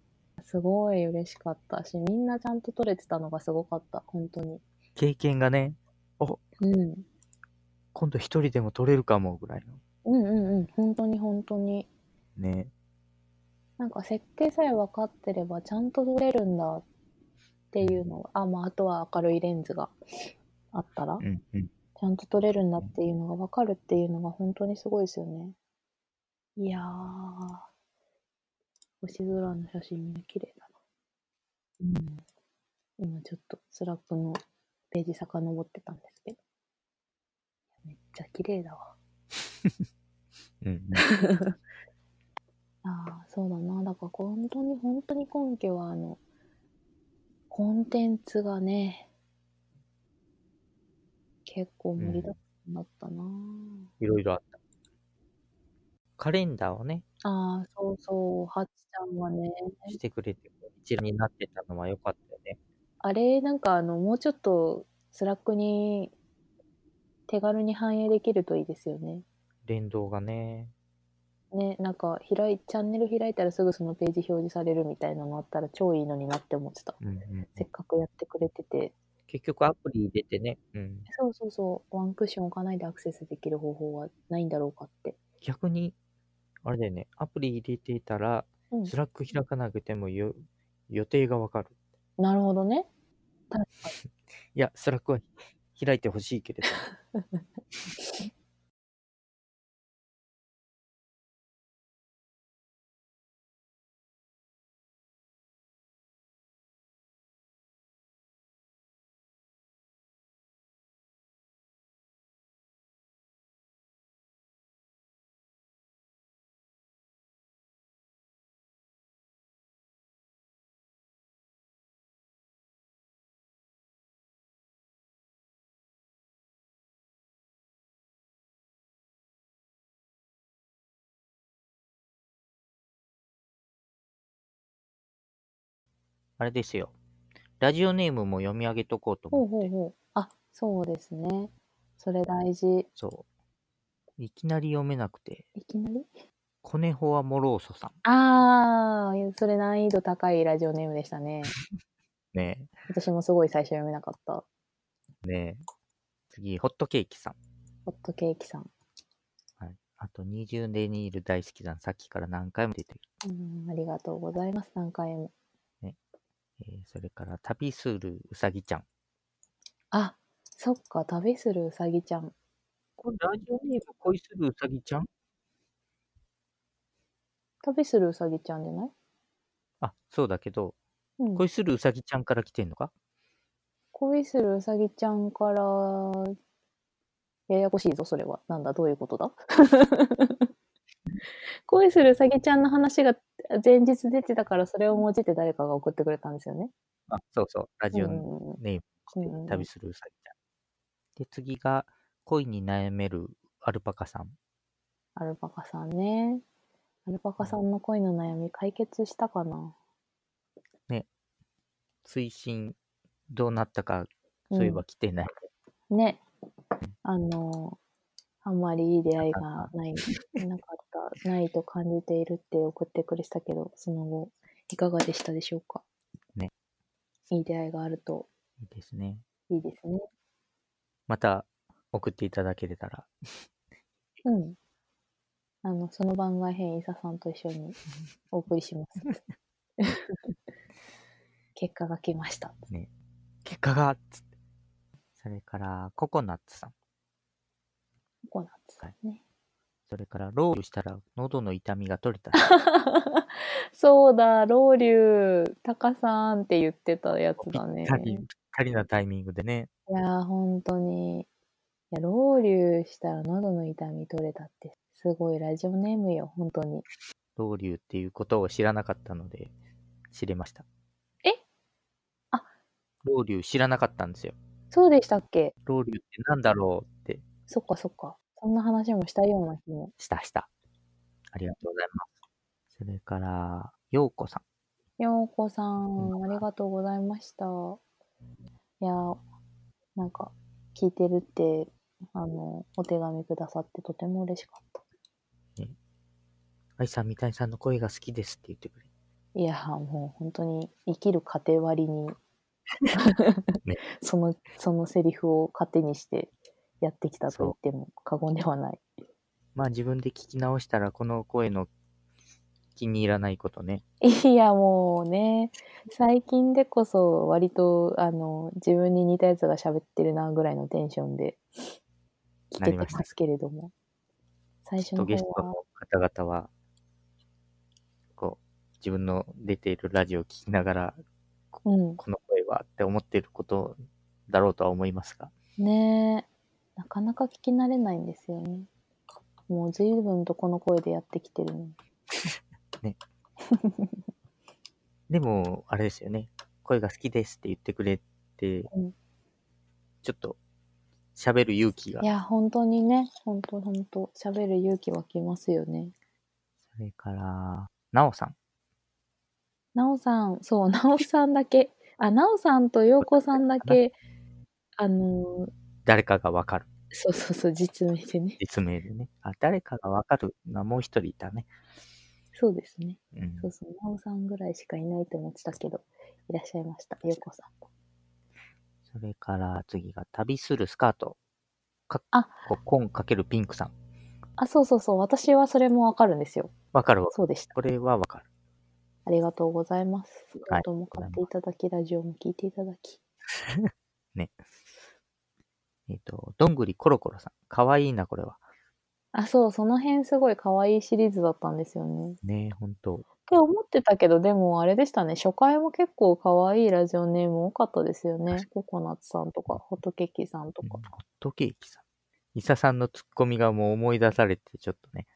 Speaker 2: すごい嬉しかったしみんなちゃんと撮れてたのがすごかった本当に
Speaker 1: 経験がね、
Speaker 2: うん
Speaker 1: 今度一人でも撮れるかも、ぐらいの。
Speaker 2: うんうんうん本当に本当に
Speaker 1: ね。
Speaker 2: なんか設定さえ分かってればちゃんと撮れるんだっていうのがあ,、まあ、あとは明るいレンズがあったら
Speaker 1: うんうん。
Speaker 2: ちゃんと撮れるんだっていうのが分かるっていうのが本当にすごいですよねいやー星空の写真みんな綺麗だなうん今ちょっとスラップのページ遡ってたんですけどめっちゃ綺麗だわ
Speaker 1: うんうん、
Speaker 2: ああ、そうだな。だから本当に本当に今期はあの、コンテンツがね、結構盛りだくさんだったな。
Speaker 1: いろいろあった。カレンダーをね、
Speaker 2: ああ、そうそう、はっちゃんがね、
Speaker 1: してくれて、一覧になってたのは良かったよね。
Speaker 2: あれ、なんかあの、もうちょっとスラックに手軽に反映できるといいですよね。
Speaker 1: 連動がね。
Speaker 2: ね、なんか開い、チャンネル開いたらすぐそのページ表示されるみたいなのあったら超いいのになって思ってた。
Speaker 1: うんうん、
Speaker 2: せっかくやってくれてて。
Speaker 1: 結局アプリ入れてね、うん、
Speaker 2: そうそうそう、ワンクッション置かないでアクセスできる方法はないんだろうかって。
Speaker 1: 逆にあれだよね、アプリ入れていたら、
Speaker 2: うん
Speaker 1: スラック開かなくてもよ予定がわかる。
Speaker 2: なるほどね。
Speaker 1: いや、スラックは開いてほしいけれど。 あれですよ。ラジオネームも読み上げとこうと
Speaker 2: ほう
Speaker 1: 思って。
Speaker 2: ほうほう。あ、そうですね。それ大事。
Speaker 1: そう。いきなり読めなくて。
Speaker 2: いきなり
Speaker 1: コネホアモローソさん。
Speaker 2: ああ、それ難易度高いラジオネームでした ね。
Speaker 1: ね
Speaker 2: 私もすごい最初読めなかった。
Speaker 1: え。ねえ。次、ホットケーキさん。
Speaker 2: ホットケーキさん。
Speaker 1: はい。あと、20年にいる大好きさん。さっきから何回も出てる。
Speaker 2: うん、ありがとうございます、何回も。
Speaker 1: えーそれから、旅するうさぎちゃん。
Speaker 2: あ、そっか、旅するうさぎちゃん。
Speaker 1: これ、ラジオネーム恋するうさぎちゃん
Speaker 2: 旅するうさぎちゃんじゃない
Speaker 1: あ、そうだけど、
Speaker 2: うん。
Speaker 1: 恋するうさぎちゃんから来てんのか
Speaker 2: 恋するうさぎちゃんから、ややこしいぞ、それは。なんだ、どういうことだ 恋するうさぎちゃんの話が前日出てたから、それを用いて誰かが送ってくれたんですよね。
Speaker 1: あ、そうそう。ラジオネ
Speaker 2: うんうん
Speaker 1: ームと
Speaker 2: うんうん
Speaker 1: し
Speaker 2: うん
Speaker 1: て旅するうさぎちゃん。で、次が、恋に悩めるアルパカさん。
Speaker 2: アルパカさんね。アルパカさんの恋の悩み解決したかな
Speaker 1: 推進、どうなったか、そういえば来てない。
Speaker 2: ね。あの、あんまりいい出会いがない、なかった、ないと感じているって送ってくれてたけど、その後、いかがでしたでしょうか
Speaker 1: ね。
Speaker 2: いい出会いがあると
Speaker 1: いいですね。
Speaker 2: いいですね。
Speaker 1: また、送っていただけれたら。
Speaker 2: うん。あの、その番外編、イサさんと一緒にお送りします。 結果が来ました。
Speaker 1: 結果がつってそれから、ココナッツさん。
Speaker 2: ココナッツさんね。
Speaker 1: それから、ロールしたら、喉の痛みが取れ た。
Speaker 2: そうだ、ロウリュウ、タカさんって言ってたやつ
Speaker 1: ぴ
Speaker 2: だね
Speaker 1: っ。たり、ぴったりなタイミングでね。
Speaker 2: いやー、本当に。いや、ロウリュウしたら喉の痛み取れたって、すごいラジオネームよ、本当に。
Speaker 1: ロウリュウっていうことを知らなかったので、知れました。
Speaker 2: えあ
Speaker 1: ロウリュウ知らなかったんですよ。
Speaker 2: そうでしたっけ
Speaker 1: ロウリュウってなんだろうって、
Speaker 2: そっかそっか。そんな話もしたような気も。
Speaker 1: したした。ありがとうございます。それから、ようこさん。
Speaker 2: ようこさ
Speaker 1: うん
Speaker 2: ん、ありがとうございました。いやー、なんか、聞いてるって、あの、お手紙くださってとても嬉しかった。
Speaker 1: 愛さん、三谷さんの声が好きですって言ってくれて。
Speaker 2: いやー、もう本当に生きる糧割に
Speaker 1: ね、
Speaker 2: その、そのセリフを糧にしてやってきたと言っても過言ではない。
Speaker 1: まあ自分で聞き直したら、この声の気に入らないことね。
Speaker 2: いや、もうね、最近でこそ割と、あの、自分に似たやつが喋ってるなぐらいのテンションで聞
Speaker 1: な
Speaker 2: け
Speaker 1: り
Speaker 2: て
Speaker 1: ました
Speaker 2: ますけれども、最初
Speaker 1: ちょっと
Speaker 2: の
Speaker 1: ゲス
Speaker 2: 方
Speaker 1: ト
Speaker 2: は
Speaker 1: の、方々は、こう、自分の出ているラジオを聞きながら、
Speaker 2: うん、
Speaker 1: この声はって思っていることだろうとは思いますが、
Speaker 2: ねえなかなか聞き慣れないんですよね。もう随分とこの声でやってきてるのに。
Speaker 1: でも、あれですよね、声が好きですって言ってくれて、
Speaker 2: うん
Speaker 1: ちょっと喋る勇気が
Speaker 2: い、や、本当にね、本当本当喋る勇気湧きますよね。
Speaker 1: それから、なおさん、
Speaker 2: なおさん、そう、 なおさんだけ、あ、なおさんとようこさん だけ、あのー
Speaker 1: 誰かがわかる、
Speaker 2: そうそうそう、実名でね。
Speaker 1: 実名でね、あ、誰かがわかるのはもう一人いたね。
Speaker 2: そうですね。
Speaker 1: うん
Speaker 2: そうそう、なおさんぐらいしかいないと思ってたけど、いらっしゃいました、ようこさん。
Speaker 1: それから、次が、旅するスカート、か
Speaker 2: あ
Speaker 1: こコンかけるピンクさん。
Speaker 2: あ、そうそうそう。私はそれもわかるんですよ。
Speaker 1: わかるわ。
Speaker 2: そうでした。
Speaker 1: これはわかる。
Speaker 2: ありがとうございます。
Speaker 1: はい
Speaker 2: どうも買っていただき、ラジオも聞いていただき。
Speaker 1: えっ、と、どんぐりコロコロさん。かわいいな、これは。
Speaker 2: あ、そう、その辺すごい可愛いシリーズだったんですよね。
Speaker 1: ねえ、ほんと。
Speaker 2: って思ってたけど、でもあれでしたね。初回も結構可愛いラジオネーム多かったですよね。ココナッツさんとか、ホットケーキさんと
Speaker 1: うんホ
Speaker 2: か
Speaker 1: ッ。トケーキさん。伊佐さんのツッコミがもう思い出されて、ちょっとね。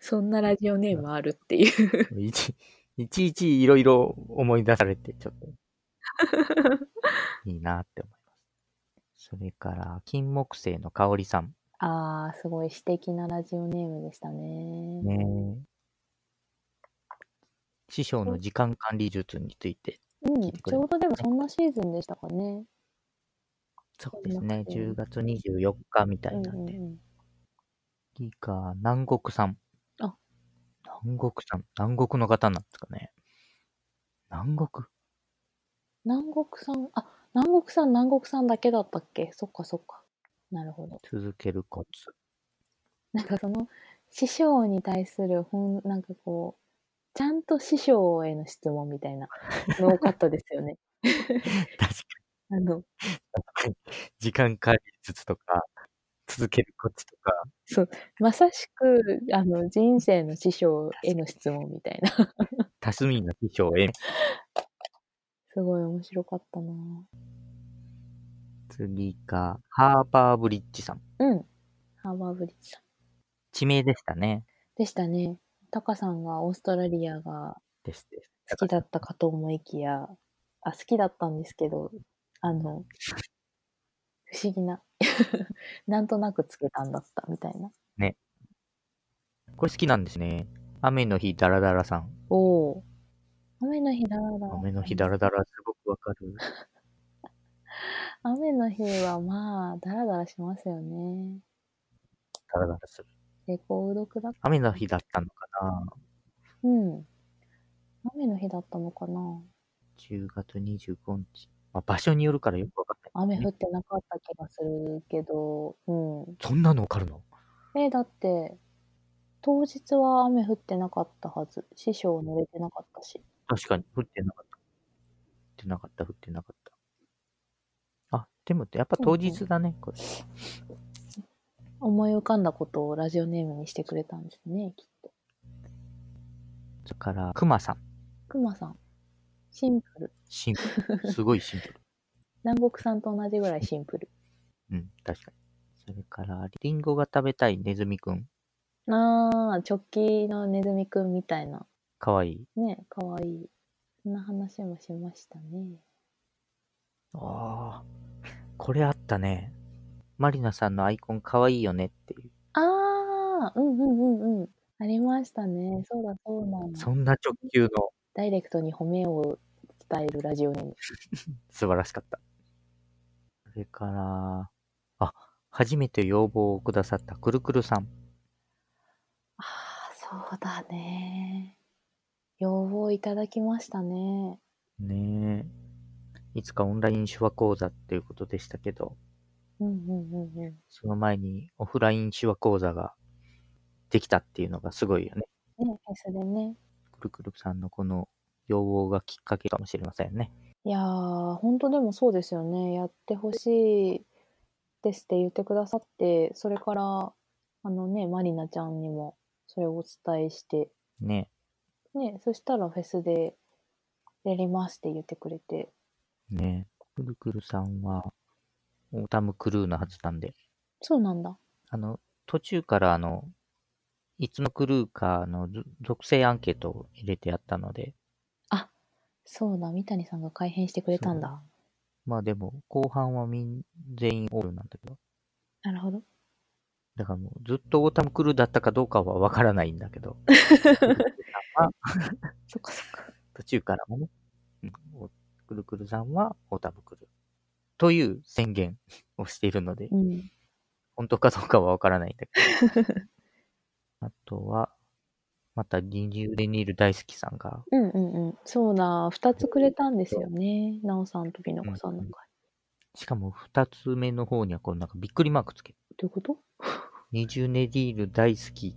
Speaker 2: そんなラジオネームあるっていう。
Speaker 1: いちいちいちいろいろ思い出されて、ちょっといいなって思います。それから、金木犀の香りさん。
Speaker 2: あー、すごい詩的なラジオネームでしたね。
Speaker 1: ね師匠の時間管理術について。
Speaker 2: うん、
Speaker 1: 聞いてく
Speaker 2: ち
Speaker 1: れ
Speaker 2: ょうどでもそんなシーズンでしたかね。
Speaker 1: そうですね。
Speaker 2: 金
Speaker 1: 10
Speaker 2: 木
Speaker 1: 月24日みた
Speaker 2: う
Speaker 1: い
Speaker 2: ん
Speaker 1: なん
Speaker 2: う
Speaker 1: で。
Speaker 2: ん、
Speaker 1: 次が、南国さん。
Speaker 2: あ
Speaker 1: 南国さん。南国の方なんですかね。南国
Speaker 2: 南国さん、あ、南国さん、南国さんだけだったっけそっかそっか。なるほど。
Speaker 1: 続けるコツ。
Speaker 2: なんかその、師匠に対する、ほん、なんかこう、ちゃんと師匠への質問みたいなの多かったですよね。
Speaker 1: 確かに
Speaker 2: あの、
Speaker 1: 時間管理術とか、続けるコツとか、
Speaker 2: まさしく、あの、人生の師匠への質問みたいな。
Speaker 1: 多隅の師匠へ。
Speaker 2: すごい面白かったな
Speaker 1: 次が、ハーパーブリッジさん。
Speaker 2: うん。ハーバーブリッジさん。
Speaker 1: 地名でしたね。
Speaker 2: でしたね。タカさんがオーストラリアが
Speaker 1: ですです。
Speaker 2: 好きだったかと思いきや、あ、好きだったんですけど、あの、不思議な、 なんとなくつけたんだったみたいな。
Speaker 1: これ好きなんですね。雨の日だらだらさん。
Speaker 2: おお。雨の日だらだら。
Speaker 1: 雨の日だらだらすごくわかる。
Speaker 2: 雨の日はまあ、だらだらしますよね。
Speaker 1: だらだらする。
Speaker 2: レコードクだ
Speaker 1: 雨の日だったのかな
Speaker 2: うん。雨の日だったのかな
Speaker 1: ?10 月25日。まあ、場所によるからよくわかんない。
Speaker 2: 雨降ってなかった気がするけど、うん。
Speaker 1: そんなのわかるの
Speaker 2: え、だって、当日は雨降ってなかったはず。師匠濡れてなかったし。
Speaker 1: 確かに。降ってなかった。降ってなかった、降ってなかった。あ、でもやっぱ当日だね、これ。
Speaker 2: 思い浮かんだことをラジオネームにしてくれたんですね、きっと。
Speaker 1: それから、くまさん。
Speaker 2: くまさん。シンプル。
Speaker 1: シンプル。すごいシンプル。
Speaker 2: 南国さんと同じぐらいシンプル。
Speaker 1: うん、確かに。それから、リンゴが食べたいネズミくん。
Speaker 2: あー、直帰のネズミくんみたいな。
Speaker 1: かわいい。
Speaker 2: ね、かわいい。そんな話もしましたね。
Speaker 1: ああ、これあったね。マリナさんのアイコンかわいいよねっていう。
Speaker 2: あー、うんうんうんうん。ありましたね。そうだそうだ。
Speaker 1: そんな直球の
Speaker 2: ダイレクトに褒めを伝えるラジオネーム。
Speaker 1: 素晴らしかった。それから、あ、初めて要望をくださったくるくるさん。
Speaker 2: あー、そうだね。要望いただきましたね。
Speaker 1: ねえ。いつかオンライン手話講座っていうことでしたけど、
Speaker 2: うんうんうんうん。
Speaker 1: その前にオフライン手話講座ができたっていうのがすごいよね。
Speaker 2: ね、フェスでね。
Speaker 1: くるくるさんのこの要望がきっかけかもしれませんね。
Speaker 2: いやー、本当でもそうですよね。やってほしいですって言ってくださって、それから、あのね、まりなちゃんにもそれをお伝えして、
Speaker 1: ね
Speaker 2: ね、そしたらフェスでやりますって言ってくれて、
Speaker 1: え。ねえ。くるくるさんは、オータムクルーのはずなんで、
Speaker 2: そうなんだ。
Speaker 1: あの、途中からあの、いつのクルーかあのず属性アンケートを入れてやったので、
Speaker 2: あ、そうだ、三谷さんが改編してくれたんだ。
Speaker 1: まあでも、後半はみん、全員オールなんだけど、
Speaker 2: なるほど。
Speaker 1: だからもうずっとオータムクルーだったかどうかはわからないんだけど、
Speaker 2: そっかそっか。
Speaker 1: 途中からもね、うんおくるくるさんはオータムクルーという宣言をしているので、
Speaker 2: うん。
Speaker 1: 本当かどうかはわからないんだけど。あとは、また二重でニール大好きさんが、
Speaker 2: うんうんうん。そうだ、二つくれたんですよね。なおさんとびのこさんの会。
Speaker 1: しかも二つ目の方にはこのなんかびっくりマークつける。
Speaker 2: どういうこと
Speaker 1: 二重ネディール大好き、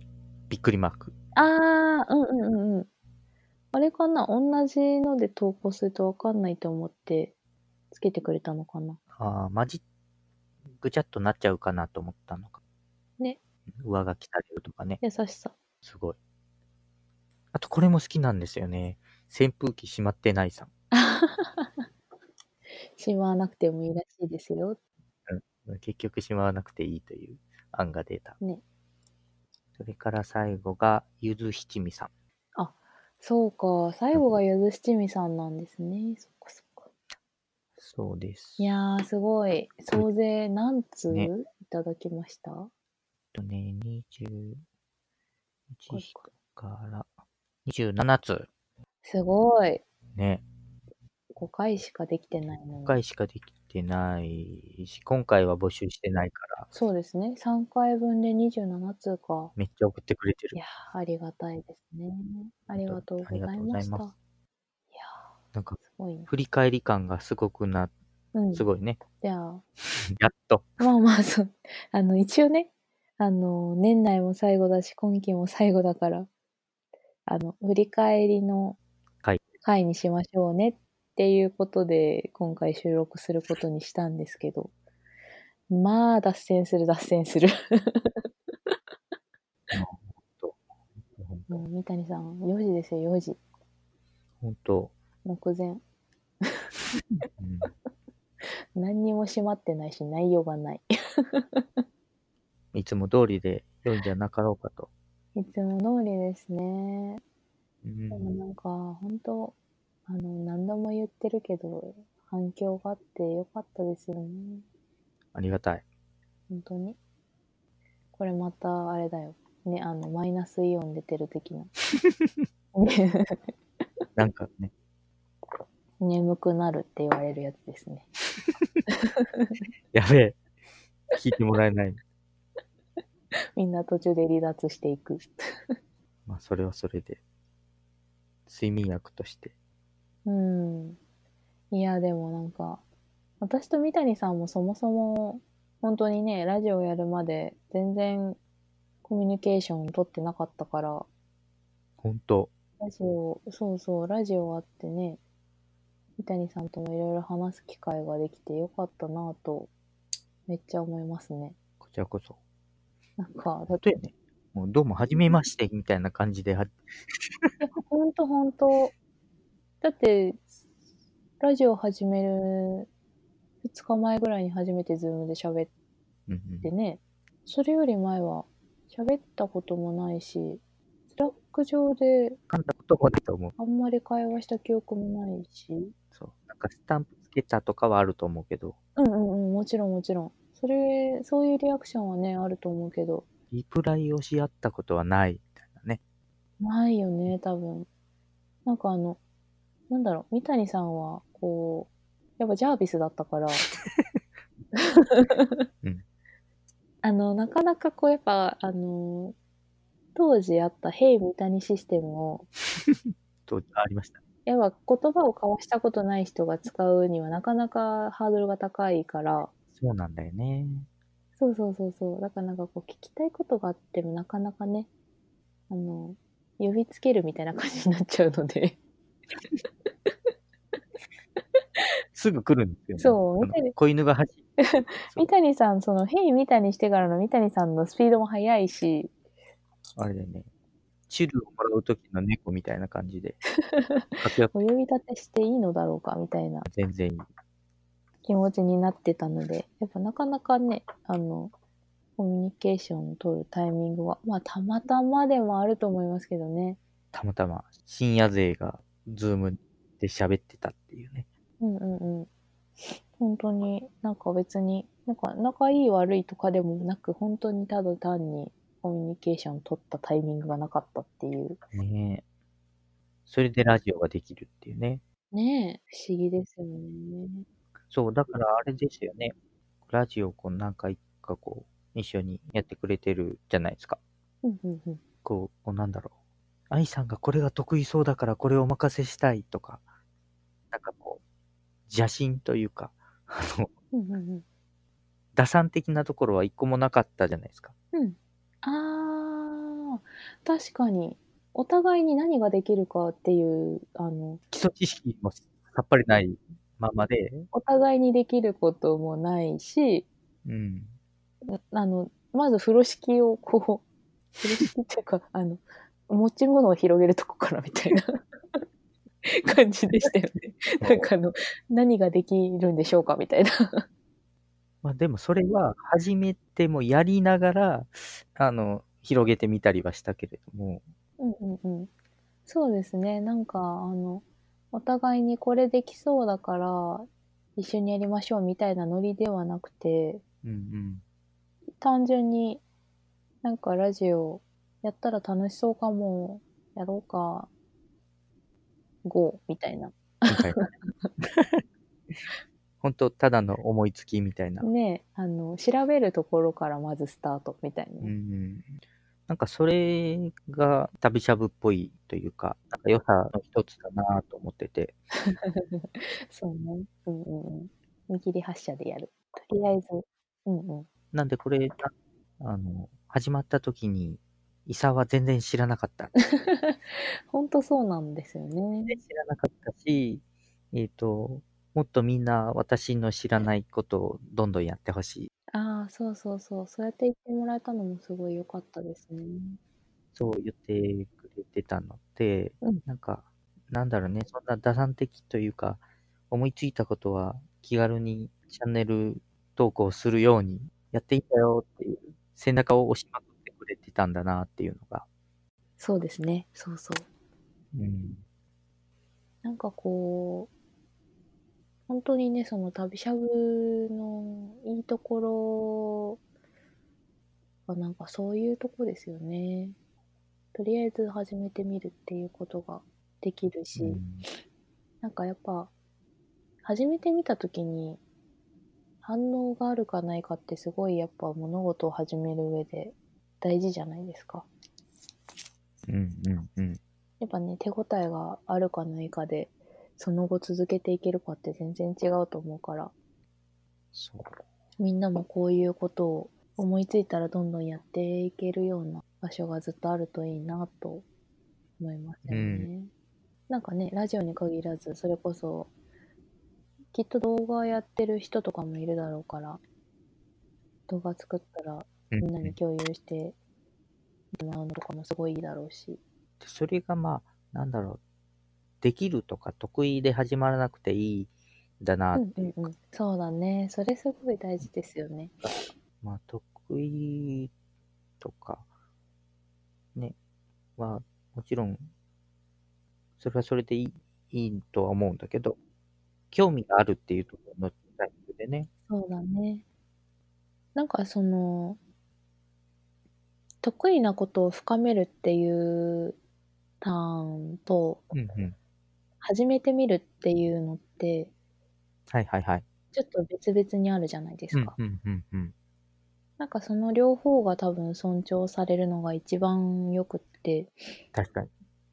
Speaker 1: びっくりマーク。
Speaker 2: ああ、うんうんうんうん。あれかな同じので投稿するとわかんないと思って、つけてくれたのかな
Speaker 1: ああ、まじ、ぐちゃっとなっちゃうかなと思ったのか。
Speaker 2: ね。
Speaker 1: 上書きされるとかね。
Speaker 2: 優しさ。
Speaker 1: すごい。あと、これも好きなんですよね。扇風機閉まってないさん。
Speaker 2: しまわなくてもいいらしいですよ。
Speaker 1: 結局しまわなくていいという案が出た。
Speaker 2: ね
Speaker 1: それから最後が、ゆずひちみさん。
Speaker 2: そうか、最後がゆず七味さんなんですね。そっかそっか。
Speaker 1: そうです。
Speaker 2: いやー、すごい。総勢何通
Speaker 1: ね
Speaker 2: いただきました、
Speaker 1: えっとね、21から27つ。
Speaker 2: すごい。
Speaker 1: ね、
Speaker 2: 5回しかできてないのに
Speaker 1: 5。回しかできてないし、今回は募集してないから、
Speaker 2: そうですね。3回分で27通か。
Speaker 1: めっちゃ送ってくれて
Speaker 2: い
Speaker 1: る。
Speaker 2: やー、ありがたいですね。ありがとうございました。
Speaker 1: ありがとうございます
Speaker 2: いや
Speaker 1: なんか、
Speaker 2: ー、すごいな。
Speaker 1: 振り返り感がすごくな、
Speaker 2: うん。
Speaker 1: す
Speaker 2: じ
Speaker 1: ごいね。
Speaker 2: ゃあ、
Speaker 1: やっと。
Speaker 2: まあまあ、そう。 あの、一応ね、あの、年内も最後だし、今期も最後だから、あの、振り返りの
Speaker 1: はい
Speaker 2: 回にしましょうねっていうことで、今回収録することにしたんですけど、まあ、脱線する、脱線する。もう、三谷さん、4時ですよ、4時。
Speaker 1: 本当、
Speaker 2: 目前。
Speaker 1: うん、
Speaker 2: 何にも閉まってないし、内容がない。
Speaker 1: いつも通りで良いんじゃなかろうかと。
Speaker 2: いつも通りですね。
Speaker 1: う、
Speaker 2: でもなんんか、本当あの、何度も言ってるけど、反響があってよかったですよね。
Speaker 1: ありがたい。
Speaker 2: 本当に。これまた、あれだよ。ね、あの、マイナスイオン出てる的な。ね
Speaker 1: なんかね、
Speaker 2: 眠くなるって言われるやつですね。
Speaker 1: やべえ。聞いてもらえない。
Speaker 2: みんな途中で離脱していく。
Speaker 1: まあ、それはそれで、睡眠薬として。
Speaker 2: うん。いや、でもなんか、私と三谷さんもそもそも、本当にね、ラジオやるまで全然コミュニケーション取ってなかったから、
Speaker 1: 本当、
Speaker 2: ラジオ、そうそう、ラジオあってね、三谷さんともいろいろ話す機会ができてよかったなぁと、めっちゃ思いますね。
Speaker 1: こちらこそ。
Speaker 2: なんか、だ
Speaker 1: 本当
Speaker 2: って
Speaker 1: よね。もうどうも、はじめまして、みたいな感じでは、
Speaker 2: ほんとほんと。だって、ラジオ始める2日前ぐらいに初めてズームで喋っ
Speaker 1: うん
Speaker 2: てね、それより前は喋ったこともないし、スラック上で
Speaker 1: 噛んだこともないと思う。
Speaker 2: あんまり会話した記憶もないし、
Speaker 1: そう。なんか、スタンプつけたとかはあると思うけど、
Speaker 2: うんうんうん、もちろんもちろん。それ、そういうリアクションはね、あると思うけど、
Speaker 1: リプライをし合ったことはない、みたいなね。
Speaker 2: ないよね、多分。なんかあの、なんだろう、三谷さんは、こう、やっぱジャービスだったから、
Speaker 1: うん
Speaker 2: あの、なかなかこう、やっぱ、あの、当時あった、ヘイ三谷システムを、
Speaker 1: と、ありました。
Speaker 2: やっぱ言葉を交わしたことない人が使うにはなかなかハードルが高いから、
Speaker 1: そうなんだよね。
Speaker 2: そうそうそうそう。だからなんかこう聞きたいことがあってもなかなかね、あの、呼びつけるみたいな感じになっちゃうので。
Speaker 1: すぐ来るんですよね。
Speaker 2: そう
Speaker 1: あの
Speaker 2: 見てる
Speaker 1: 子犬が走 って。そう
Speaker 2: 三谷さん、その、ヘイ三谷してからの三谷さんのスピードも速いし、
Speaker 1: あれだよね。チルをもらう時の猫みたいな感 じで。活躍
Speaker 2: お呼び立てしていいのだろうかみたいな
Speaker 1: 全然いい。
Speaker 2: 気持ちになってたので、やっぱなかなかね、あの、コミュニケーションを取るタイミングは、まあ、たまたまでもあると思いますけどね。
Speaker 1: たまたま深夜勢がズームで喋ってたっていうね。
Speaker 2: うんうんうん。本当になんか別に、なんか仲いい悪いとかでもなく、本当にただ単にコミュニケーション取ったタイミングがなかったっていう。
Speaker 1: ねえそれでラジオができるっていうね。
Speaker 2: ねえ、不思議ですよね。
Speaker 1: そう、だからあれですよね。ラジオこう何回かこう、一緒にやってくれてるじゃないですか。
Speaker 2: うんうんうん。
Speaker 1: こう、こうなんだろう。愛さんがこれが得意そうだからこれをお任せしたいとか、なんかこう、邪心というか、あの、
Speaker 2: うんうん
Speaker 1: 打算的なところは一個もなかったじゃないですか。
Speaker 2: うん。うん。あー、確かに。お互いに何ができるかっていう、あの、
Speaker 1: 基礎知識もさっぱりないままで、
Speaker 2: お互いにできることもないし、
Speaker 1: うん。
Speaker 2: あの、まず風呂敷をこう、 風呂敷っていうか、あの、持ち物を広げるとこからみた いな感じでしたよね。なんかあの、何ができるんでしょうかみたいな。
Speaker 1: まあでもそれは始めてもやりながら、あの、広げてみたりはしたけれども、
Speaker 2: うんうんうん。そうですね。なんか、あの、お互いにこれできそうだから、一緒にやりましょうみたいなノリではなくて、
Speaker 1: うんうん。
Speaker 2: 単純になんかラジオやったら楽しそうかも、やろうか、ゴーみたいな。
Speaker 1: 今回は本当ただの思いつきみたいな。うん
Speaker 2: ねあの、調べるところからまずスタートみたいな。
Speaker 1: うん。なんかそれが旅しゃぶっぽいというか、なんか良さの一つだなと思ってて、
Speaker 2: そうね。うんうんうん。見切り発車でやる。とりあえず。うんうん。
Speaker 1: なんでこれ、あの、始まった時に、伊沢は全然知らなかった。
Speaker 2: ほんとそうなんですよね。
Speaker 1: 知らなかったし、えっ、と、もっとみんな私の知らないことをどんどんやってほしい。
Speaker 2: ああ、そうそうそう。そうやって言ってもらえたのもすごい良かったですね。
Speaker 1: そう言ってくれてたので、
Speaker 2: うん
Speaker 1: なんか、なんだろうね、そんな打算的というか、思いついたことは気軽にチャンネル投稿するようにやっていたよっていう、背中を押しまくってくれてたんだなっていうのが。
Speaker 2: そうですね。そうそう。
Speaker 1: うん。
Speaker 2: なんかこう、本当にね、その旅しゃぶのいいところはなんかそういうとこですよね。とりあえず始めてみるっていうことができるし、
Speaker 1: うん
Speaker 2: なんかやっぱ、始めてみたときに、反応があるかないかってすごいやっぱ物事を始める上で大事じゃないですか。
Speaker 1: うんうんうん。
Speaker 2: やっぱね、手応えがあるかないかで、その後続けていけるかって全然違うと思うから、
Speaker 1: そう。
Speaker 2: みんなもこういうことを思いついたらどんどんやっていけるような場所がずっとあるといいなと思いますよね。
Speaker 1: うん
Speaker 2: なんかね、ラジオに限らず、それこそ、きっと動画やってる人とかもいるだろうから、動画作ったら
Speaker 1: うん
Speaker 2: みんなに共有してもらうのとかもすごいいいだろうし。
Speaker 1: でそれがまあ、なんだろう、できるとか得意で始まらなくていいんだな、
Speaker 2: うんうんうん。そうだね。それすごい大事ですよね。
Speaker 1: まあ、得意とか、ね、は、もちろん、それはそれでいいいいとは思うんだけど、興味があるっていうところのタイプでね、
Speaker 2: そうだね。なんかその、得意なことを深めるっていうターンと、
Speaker 1: うんうん、
Speaker 2: 始めてみるっていうのって、
Speaker 1: はいはいはい。
Speaker 2: ちょっと別々にあるじゃないですか。
Speaker 1: うんうんうん
Speaker 2: なんかその両方が多分尊重されるのが一番よくって、
Speaker 1: 確かに。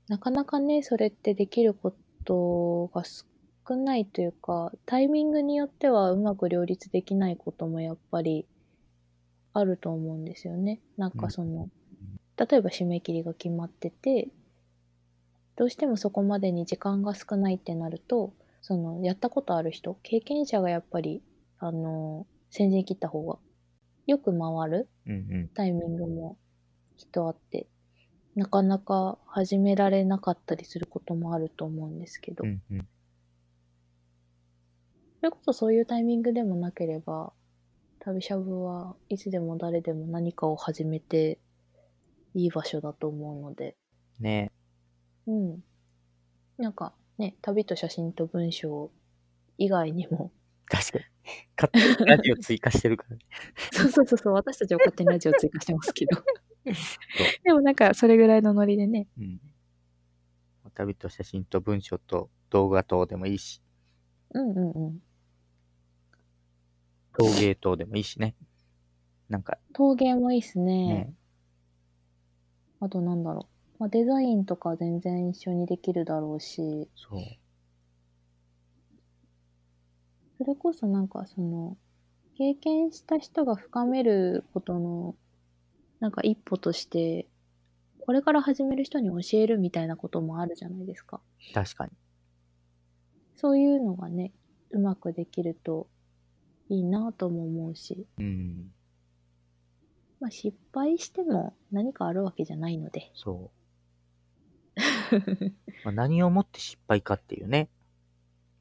Speaker 2: なかなかね、それってできることが少ないというか、タイミングによってはうまく両立できないこともやっぱりあると思うんですよね。なんかその、例えば締め切りが決まってて、どうしてもそこまでに時間が少ないってなると、その、やったことある人、経験者がやっぱり、あの、先陣切った方が、よく回る
Speaker 1: うん
Speaker 2: タイミングもきっとあって、なかなか始められなかったりすることもあると思うんですけど、
Speaker 1: うん。うんうん。
Speaker 2: それこそそういうタイミングでもなければ、旅しゃぶはいつでも誰でも何かを始めていい場所だと思うので、
Speaker 1: ね
Speaker 2: うん。なんかね、旅と写真と文章以外にも、
Speaker 1: 確かに。勝手にラジオ追加してるからね。
Speaker 2: そうそうそうそう、私たちは勝手にラジオ追加してますけ ど。でもなんかそれぐらいのノリでね、
Speaker 1: うん。旅と写真と文章と動画等でもいいし、
Speaker 2: うんうんうん。
Speaker 1: 陶芸等でもいいしね。なんか
Speaker 2: 陶芸もいいっすね
Speaker 1: ね、
Speaker 2: あとなんだろう。まあ、デザインとか全然一緒にできるだろうし、
Speaker 1: そう。
Speaker 2: それこそなんかその、経験した人が深めることの、なんか一歩として、これから始める人に教えるみたいなこともあるじゃないですか。
Speaker 1: 確かに。
Speaker 2: そういうのがね、うまくできるといいなとも思うし、
Speaker 1: うん。
Speaker 2: まあ失敗しても何かあるわけじゃない ので。
Speaker 1: そう。まあ、何をもって失敗かっていうね。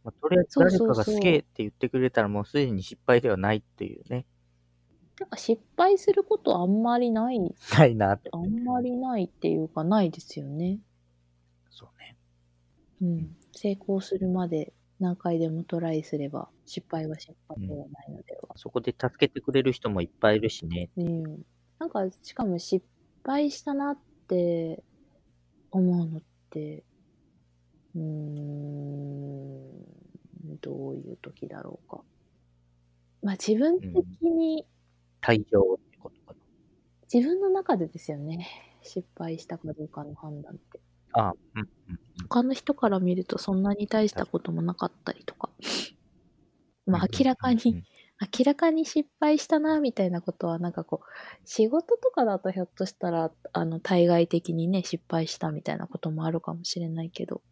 Speaker 1: まあ、とりあえず
Speaker 2: そう
Speaker 1: 誰
Speaker 2: そうそう
Speaker 1: かがすげえって言ってくれたらもうすでに失敗ではないっていうね。
Speaker 2: なんか失敗することあんまりない、
Speaker 1: ないなって。
Speaker 2: あんまりないっていうかないですよね。
Speaker 1: そうね。
Speaker 2: うん。成功するまで何回でもトライすれば失敗は失敗ではないのでは。
Speaker 1: そこで助けてくれる人もいっぱいいるしね。
Speaker 2: うん、なんかしかも失敗したなって思うのってうーんどういう時だろうかまあ自分的に、
Speaker 1: 退場ってことか
Speaker 2: 自分の中でですよね失敗したかどうかの判断って
Speaker 1: な。ああ、うんうん。
Speaker 2: 他の人から見るとそんなに大したこともなかったりとかまあ明らか
Speaker 1: うんう
Speaker 2: に
Speaker 1: ん
Speaker 2: 明らかに失敗したなみたいなことはなんかこう仕事とかだとひょっとしたらあの対外的にね失敗したみたいなこともあるかもしれないけど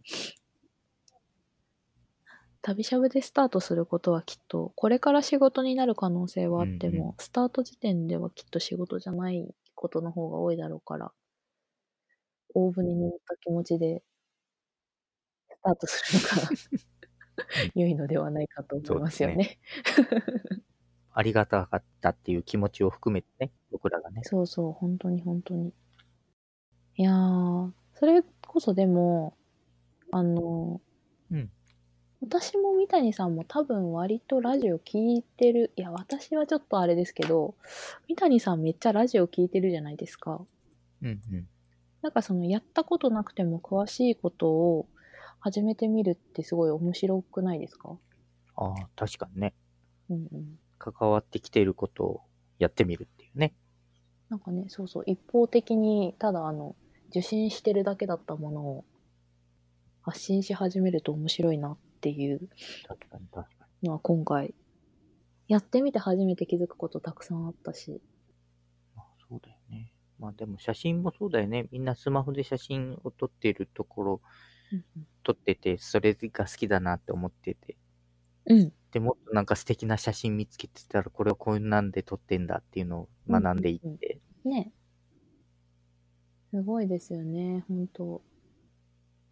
Speaker 2: 旅しゃぶでスタートすることはきっとこれから仕事になる可能性はあっても、
Speaker 1: うんう
Speaker 2: スタート時点ではきっと仕事じゃないことの方が多いだろうから大船に乗った気持ちでスタートす るのが良いのではないかと思いますよ
Speaker 1: そうで
Speaker 2: ね。
Speaker 1: ありがたかったっていう気持ちを含めてね、僕らがね。
Speaker 2: そうそう、本当に本当に。いやー、それこそでも、あの、
Speaker 1: うん
Speaker 2: 私も三谷さんも多分割とラジオ聞いてる。いや、私はちょっとあれですけど、三谷さんめっちゃラジオ聞いてるじゃないですか。
Speaker 1: うんうん。
Speaker 2: なんかその、やったことなくても詳しいことを始めてみるってすごい面白くないですか
Speaker 1: ああ、確かにね。
Speaker 2: うんうん。
Speaker 1: 関わってきていることをやってみるっていうね。
Speaker 2: なんかね、そうそう、一方的に、ただあの、受信してるだけだったものを発信し始めると面白いなっていう
Speaker 1: 確かに確か
Speaker 2: のは今回、やってみて初めて気づくことたくさんあったし、
Speaker 1: に。まあ、そうだよね。まあでも写真もそうだよね。みんなスマホで写真を撮っているところ、撮ってて、それが好きだなって思ってて。
Speaker 2: うん、
Speaker 1: でもっとなんか素敵な写真見つけてたら、これをこんなんで撮ってんだっていうのを学んでいって。
Speaker 2: うんね。すごいですよね、本当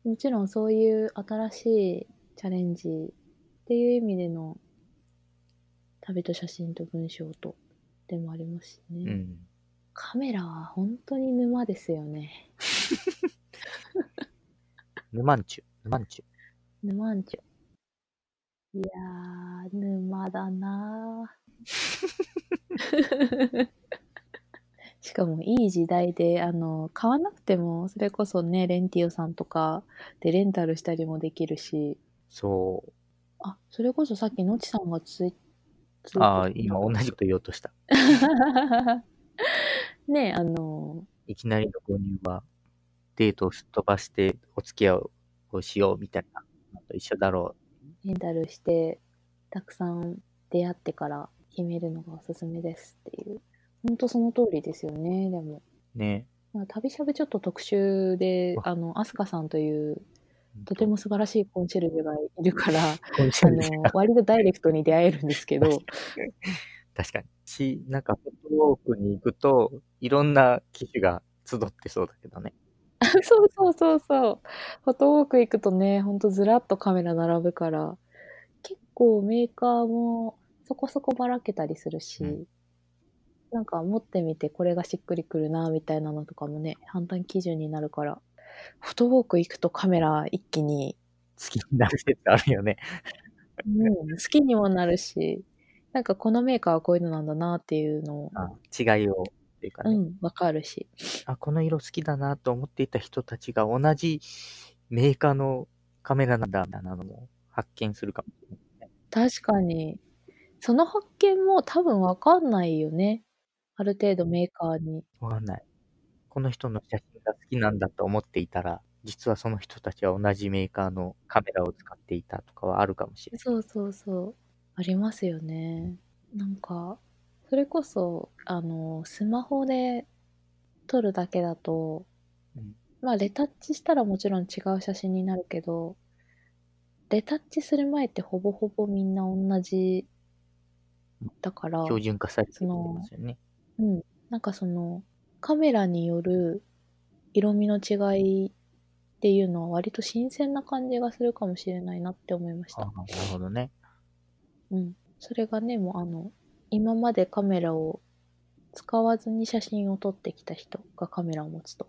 Speaker 2: もちろんそういう新しいチャレンジっていう意味での旅と写真と文章とでもありますしね。
Speaker 1: うん。
Speaker 2: カメラは本当に沼ですよね。
Speaker 1: 沼んちゅ。沼んちゅ。
Speaker 2: 沼んちょ。いやー、沼だなーしかもいい時代で、あの、買わなくても、それこそね、レンティオさんとかでレンタルしたりもできるし、
Speaker 1: そう。
Speaker 2: あ、それこそさっきのちさんがツイツイ
Speaker 1: ああ、今同じこと言おうとした。
Speaker 2: ねえ、あの、
Speaker 1: いきなりの購入は、デートをすっ飛ばしてお付き合いをしようみたいなのと一緒だろ
Speaker 2: レンタルしてたくさん出会ってから決めるのがおすすめですっていう本当その通りですよねでも
Speaker 1: う。ね。
Speaker 2: まあ旅しゃぶちょっと特集で
Speaker 1: わ
Speaker 2: あの飛鳥さんというとても素晴らしいコンシェルジュがいるからあ
Speaker 1: 本当に
Speaker 2: の割とダイレクトに出会えるんですけど
Speaker 1: 確かに。し、なんか、フットウォークに行くと、いろんな機種が集ってそうだけどね。
Speaker 2: そうそうそうそう。フォトウォーク行くとね、ほんとずらっとカメラ並ぶから、結構メーカーもそこそこばらけたりするし、
Speaker 1: うん
Speaker 2: なんか持ってみてこれがしっくりくるな、みたいなのとかもね、判断基準になるから、フォトウォーク行くとカメラ一気に、
Speaker 1: 好きになる説あるよね。
Speaker 2: もう好きにもなるし、なんかこのメーカーはこういうのなんだなっていうのを、
Speaker 1: あ違いを。っていうか
Speaker 2: う
Speaker 1: ね、
Speaker 2: ん、わかるし。
Speaker 1: あ、この色好きだなと思っていた人たちが同じメーカーのカメラなんだ、みたいなのも発見するかもしれない。
Speaker 2: 確かに。その発見も多分わかんないよね。ある程度メーカーに。
Speaker 1: わかんない。この人の写真が好きなんだと思っていたら、実はその人たちは同じメーカーのカメラを使っていたとかはあるかもしれない。
Speaker 2: そうそうそう。ありますよね。なんか、それこそ、あの、スマホで撮るだけだと、
Speaker 1: うん
Speaker 2: まあ、レタッチしたらもちろん違う写真になるけど、レタッチする前ってほぼほぼみんな同じだから、
Speaker 1: 標準化されてますよね。
Speaker 2: うん、なんかそのカメラによる色味の違いっていうのは割と新鮮な感じがするかもしれないなって思いまし
Speaker 1: あ
Speaker 2: た。
Speaker 1: ーなるほどね。
Speaker 2: うん、それがねもうあの今までカメラを使わずに写真を撮ってきた人がカメラを持つと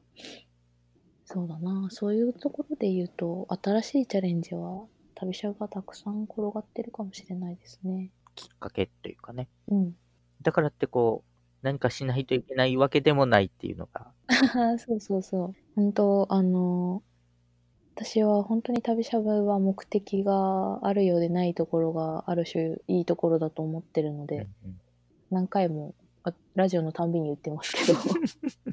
Speaker 2: そうだなそういうところで言うと新しいチャレンジは旅者がたくさん転がってるかもしれないですね。
Speaker 1: きっかけというかね。
Speaker 2: うん、
Speaker 1: だからってこう、何かしないといけないわけでもないっていうのが、
Speaker 2: あーそうそうそう。本当あの私は本当に旅しゃぶは目的があるようでないところがある種いいところだと思ってるので、
Speaker 1: うんうん
Speaker 2: 何回もあラジオのたんびに言ってますけど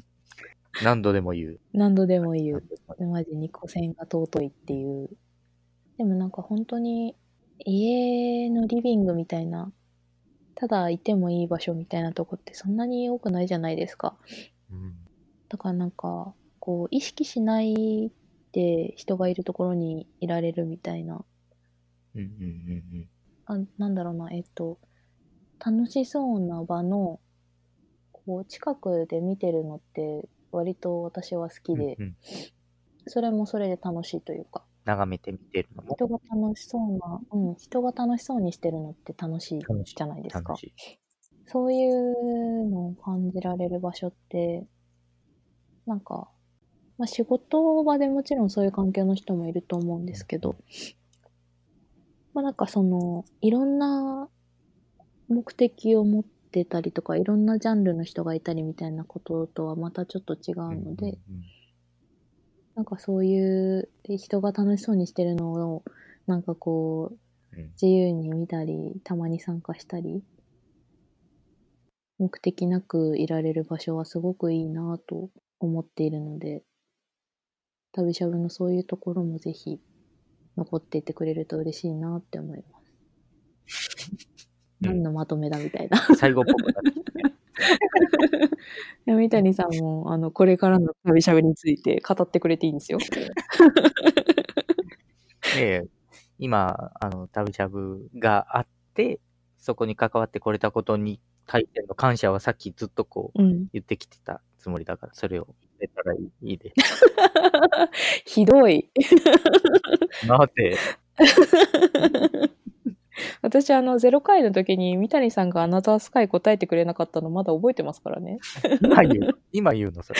Speaker 1: 何度でも言う。
Speaker 2: 何度でも言う
Speaker 1: 何度でも言う
Speaker 2: マジに個線が尊いっていうでもなんか本当に家のリビングみたいなただいてもいい場所みたいなとこってそんなに多くないじゃないですか
Speaker 1: うん
Speaker 2: だからなんかこう意識しないで人がいるところにいられるみたいな
Speaker 1: うんうん
Speaker 2: あなんだろうなえっと楽しそうな場のこう近くで見てるのって割と私は好
Speaker 1: う
Speaker 2: き
Speaker 1: んうん
Speaker 2: で、
Speaker 1: うんうん
Speaker 2: それもそれで楽しいというか
Speaker 1: 眺めてみてるのも
Speaker 2: 人が楽しそうな、うん、人が楽しそうにしてるのって楽しい
Speaker 1: 楽しい
Speaker 2: じゃないですか
Speaker 1: 楽しい。
Speaker 2: そういうのを感じられる場所って、なんか、まあ、仕事場でもちろんそういう環境の人もいると思うんですけど、まあ、なんかその、いろんな目的を持ってたりとか、いろんなジャンルの人がいたりみたいなこととはまたちょっと違うので、
Speaker 1: うんうん
Speaker 2: なんかそういう人が楽しそうにしてるのを、なんかこう、
Speaker 1: うんうん
Speaker 2: 自由に見たりたまに参加したり目的なくいられる場所はすごくいいなぁと思っているので旅しゃぶのそういうところもぜひ残っていってくれると嬉しいなって思います。
Speaker 1: うん
Speaker 2: 何のまとめだみ たいな。
Speaker 1: 最後っぽくなってきたね。
Speaker 2: 三谷さんもあのこれからの旅しゃぶについて語ってくれていいんですよ。
Speaker 1: で今、あの、旅しゃぶがあって、そこに関わってこれたことに対しての感謝はさっきずっとこう
Speaker 2: うん、
Speaker 1: 言ってきてたつもりだから、それを言えたらいいです。
Speaker 2: ひどい。
Speaker 1: 待って、
Speaker 2: 私あのゼロ回の時に三谷さんが「アナザースカイ」答えてくれなかったのまだ覚えてますからね
Speaker 1: 今言う、今言うの、それ。